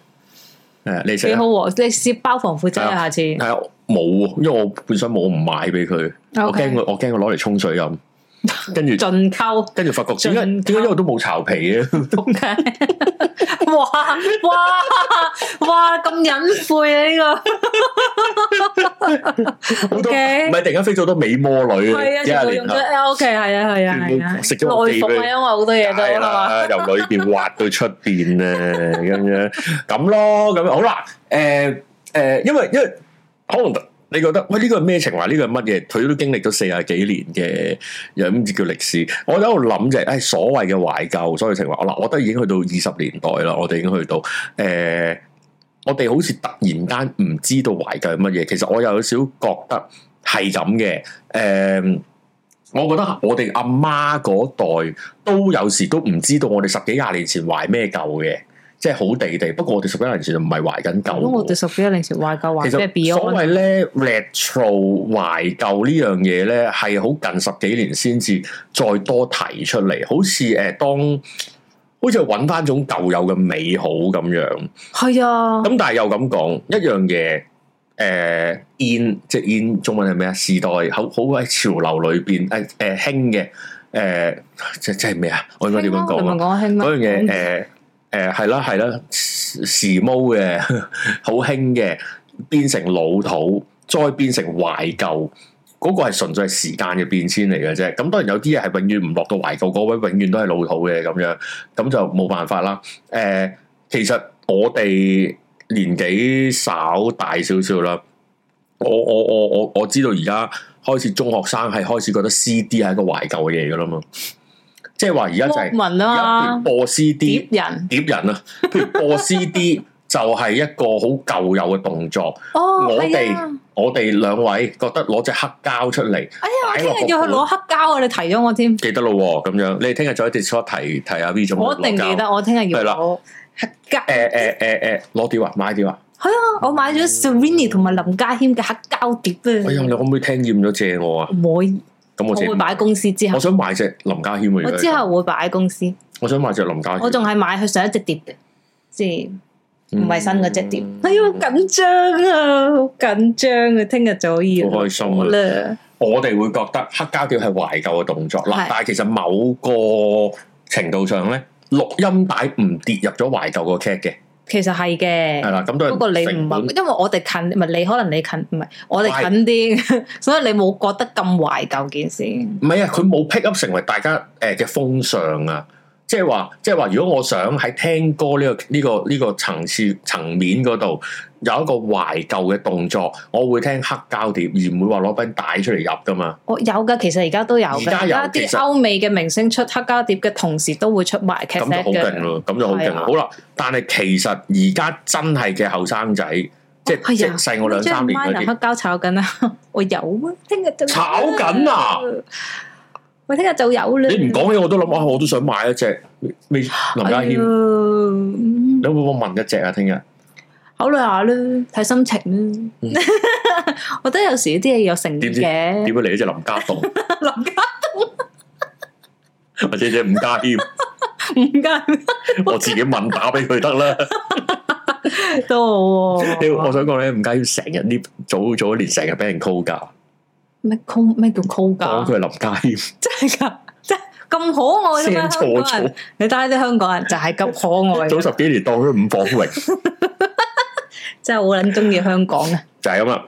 [SPEAKER 1] 誒你食
[SPEAKER 2] 幾
[SPEAKER 1] 啊
[SPEAKER 2] 好喎！你攝包防腐
[SPEAKER 1] 係
[SPEAKER 2] 劑啊，
[SPEAKER 1] 啊
[SPEAKER 2] 下次。
[SPEAKER 1] 係啊冇，因為我本身冇我唔買俾佢，我
[SPEAKER 2] OK
[SPEAKER 1] 驚佢我驚佢攞嚟沖水飲，跟住。
[SPEAKER 2] 盡溝
[SPEAKER 1] 跟住發覺點解
[SPEAKER 2] 進
[SPEAKER 1] 點解因為都冇巢皮嘅，
[SPEAKER 2] 仆街！哇哇哇咁隱晦啊呢
[SPEAKER 1] 好多唔 係
[SPEAKER 2] OK
[SPEAKER 1] 突然間飛咗好多美魔女
[SPEAKER 2] 個，
[SPEAKER 1] 啊，
[SPEAKER 2] 係啊，
[SPEAKER 1] 幾
[SPEAKER 2] 全
[SPEAKER 1] 廿年
[SPEAKER 2] 部用
[SPEAKER 1] 後
[SPEAKER 2] 咗 L K，係啊係啊係啊，
[SPEAKER 1] 食咗我
[SPEAKER 2] 內
[SPEAKER 1] 地
[SPEAKER 2] 服啊，因為好多嘢都
[SPEAKER 1] 係
[SPEAKER 2] 係啊嘛。
[SPEAKER 1] 啦，由裏邊挖到出邊啊，咁樣咁咯，咁樣好啦，誒誒，因為因為可能你覺得喂呢個係咩情懷？呢個係乜嘢？佢都經歷咗四十幾年嘅又唔知叫歷史。我喺度諗就係，誒所謂嘅懷舊，所謂情懷，嗱，我覺得已經去到二十年代啦，我哋已經去到誒。我哋好似突然間唔知道懷舊係乜嘢，其實我又有少少覺得係咁嘅。誒、我覺得我哋阿媽嗰代都有時都唔知道我哋十幾廿年前懷咩舊嘅，即係好地地。不過我哋十幾年前就唔係懷緊舊
[SPEAKER 2] 咁我
[SPEAKER 1] 嘅
[SPEAKER 2] 哋
[SPEAKER 1] 喎。
[SPEAKER 2] 十幾年前懷舊懷
[SPEAKER 1] 其
[SPEAKER 2] 即係
[SPEAKER 1] 實所
[SPEAKER 2] Beyond
[SPEAKER 1] 謂咧 retro 懷舊呢樣嘢咧，係好近十幾年先至再多提出嚟，好似誒、當好似揾翻種舊有嘅美好咁樣。
[SPEAKER 2] 係啊，
[SPEAKER 1] 咁但係又咁講一樣嘢，誒、呃、in 即係 in 中文係咩啊？時代好好喺潮流裏邊誒誒興嘅誒，即即係咩啊？我應該點樣
[SPEAKER 2] 你
[SPEAKER 1] 講
[SPEAKER 2] 咪
[SPEAKER 1] 啊？
[SPEAKER 2] 講興
[SPEAKER 1] 嗰樣嘢
[SPEAKER 2] 咩？
[SPEAKER 1] 誒誒係啦係啦，時時髦嘅 好興嘅，變成老土，再變成懷舊。嗰個係純粹係時間嘅變遷嚟嘅啫，咁當然有啲嘢係永遠唔落到懷舊嗰位，永遠都係老土嘅咁樣，咁就冇辦法啦。誒、其實我哋年紀稍大少少啦，我我我我我知道而家開始中學生係開始覺得 CD 係一個懷舊嘅嘢噶啦嘛，即係話而家就係、
[SPEAKER 2] 文
[SPEAKER 1] 而家譬
[SPEAKER 2] 啊
[SPEAKER 1] 如
[SPEAKER 2] 嘛，
[SPEAKER 1] 播
[SPEAKER 2] 碟
[SPEAKER 1] CD
[SPEAKER 2] 人
[SPEAKER 1] 碟人啊，譬如播 CD 就係一個好舊有嘅動作。
[SPEAKER 2] 哦，
[SPEAKER 1] 我
[SPEAKER 2] 係
[SPEAKER 1] 哋
[SPEAKER 2] 啊，
[SPEAKER 1] 我哋兩位覺得攞隻黑膠出嚟，
[SPEAKER 2] 哎呀，我
[SPEAKER 1] 擺
[SPEAKER 2] 聽
[SPEAKER 1] 落
[SPEAKER 2] 日要去
[SPEAKER 1] 個
[SPEAKER 2] 攞黑膠啊！你提咗我添，
[SPEAKER 1] 記得咯喎咁樣。你哋聽日再喺 Discord 提提下 V 做
[SPEAKER 2] 我一定記得，我聽日要
[SPEAKER 1] 係啦
[SPEAKER 2] 攞黑
[SPEAKER 1] 誒
[SPEAKER 2] 膠。
[SPEAKER 1] 誒誒誒，攞碟啊，買碟啊！
[SPEAKER 2] 係啊，我買咗 Serrini 同埋林家謙嘅黑膠碟
[SPEAKER 1] 哎呀，你
[SPEAKER 2] 啊，
[SPEAKER 1] 可唔可以聽厭咗借我啊？
[SPEAKER 2] 唔會，
[SPEAKER 1] 咁我
[SPEAKER 2] 我
[SPEAKER 1] 借
[SPEAKER 2] 會。擺公司之
[SPEAKER 1] 我
[SPEAKER 2] 後，
[SPEAKER 1] 想買隻林家謙嘅。
[SPEAKER 2] 我
[SPEAKER 1] 如果
[SPEAKER 2] 之後會擺公司，
[SPEAKER 1] 我想買隻林家謙。
[SPEAKER 2] 我仲係買佢上一隻碟嘅，即係唔係新嗰只碟
[SPEAKER 1] 嗯。
[SPEAKER 2] 哎呀，好緊張啊，好緊張啊，聽日就可以
[SPEAKER 1] 好開心啊
[SPEAKER 2] 攞啦。
[SPEAKER 1] 我哋會覺得黑膠碟係懷舊嘅動作
[SPEAKER 2] 係
[SPEAKER 1] 嗱，但係其實某個程度上咧，錄音帶唔跌入咗懷舊個 cat 嘅，
[SPEAKER 2] 其實係嘅
[SPEAKER 1] 係。啦，咁都係
[SPEAKER 2] 不過你唔
[SPEAKER 1] 成本
[SPEAKER 2] 係，因為我哋近，唔係你可能你近，唔係我哋近啲， 所以你冇覺得咁懷舊件事。
[SPEAKER 1] 唔係啊，佢冇 pick up 成為大家誒嘅風尚啊，即係話，即係話，如果我想喺聽歌呢、個呢、個呢、個層次層面嗰度有一個懷舊嘅動作，我會聽黑膠碟，而唔會話攞柄帶出嚟入噶嘛。
[SPEAKER 2] 我有噶，其實而家都有
[SPEAKER 1] 而
[SPEAKER 2] 嘅。
[SPEAKER 1] 家
[SPEAKER 2] 而
[SPEAKER 1] 有
[SPEAKER 2] 家啲
[SPEAKER 1] 其實
[SPEAKER 2] 歐美嘅明星出黑膠碟嘅同時，都會出埋劇
[SPEAKER 1] 咁就好勁
[SPEAKER 2] 嘅。
[SPEAKER 1] 咯，咁就好勁
[SPEAKER 2] 係
[SPEAKER 1] 啦。
[SPEAKER 2] 啊
[SPEAKER 1] 好啦，但係其實而家真係嘅後生仔，即
[SPEAKER 2] 哦係啊
[SPEAKER 1] 係即係細我兩三年嗰
[SPEAKER 2] Minor 黑
[SPEAKER 1] 啲，
[SPEAKER 2] 膠炒緊啊！我有啊，聽日就有啦
[SPEAKER 1] 炒緊啊！
[SPEAKER 2] 我聽日就有啦。
[SPEAKER 1] 你唔講起我都諗啊，我都想買一隻未林家
[SPEAKER 2] 哎呀
[SPEAKER 1] 謙，
[SPEAKER 2] 嗯
[SPEAKER 1] 你會唔會問一隻啊？聽日
[SPEAKER 2] 考慮下啦，睇心情
[SPEAKER 1] 嗯
[SPEAKER 2] 啦。 我覺得有時啲嘢有誠意
[SPEAKER 1] 點知
[SPEAKER 2] 嘅。
[SPEAKER 1] 點會嚟一隻林家棟
[SPEAKER 2] 林家
[SPEAKER 1] 或者隻伍家謙？
[SPEAKER 2] 唔家
[SPEAKER 1] 我自己問打俾佢得啦。
[SPEAKER 2] 都好
[SPEAKER 1] 屌我
[SPEAKER 2] 喎。
[SPEAKER 1] 想講咧，伍家謙成日呢早早一年成日俾人 call 價，
[SPEAKER 2] 啊咩 call 咩叫 call
[SPEAKER 1] 講
[SPEAKER 2] 㗎？
[SPEAKER 1] 佢係林家謙，
[SPEAKER 2] 真係㗎，真係哦咁可愛嘅咩？
[SPEAKER 1] 聲
[SPEAKER 2] 香
[SPEAKER 1] 錯
[SPEAKER 2] 港人
[SPEAKER 1] 咗，
[SPEAKER 2] 你睇下啲香港人就係咁可愛
[SPEAKER 1] 早
[SPEAKER 2] 嘅，
[SPEAKER 1] 十幾年當佢伍寶榮，
[SPEAKER 2] 真係好撚中意香港啊！
[SPEAKER 1] 就係咁啦。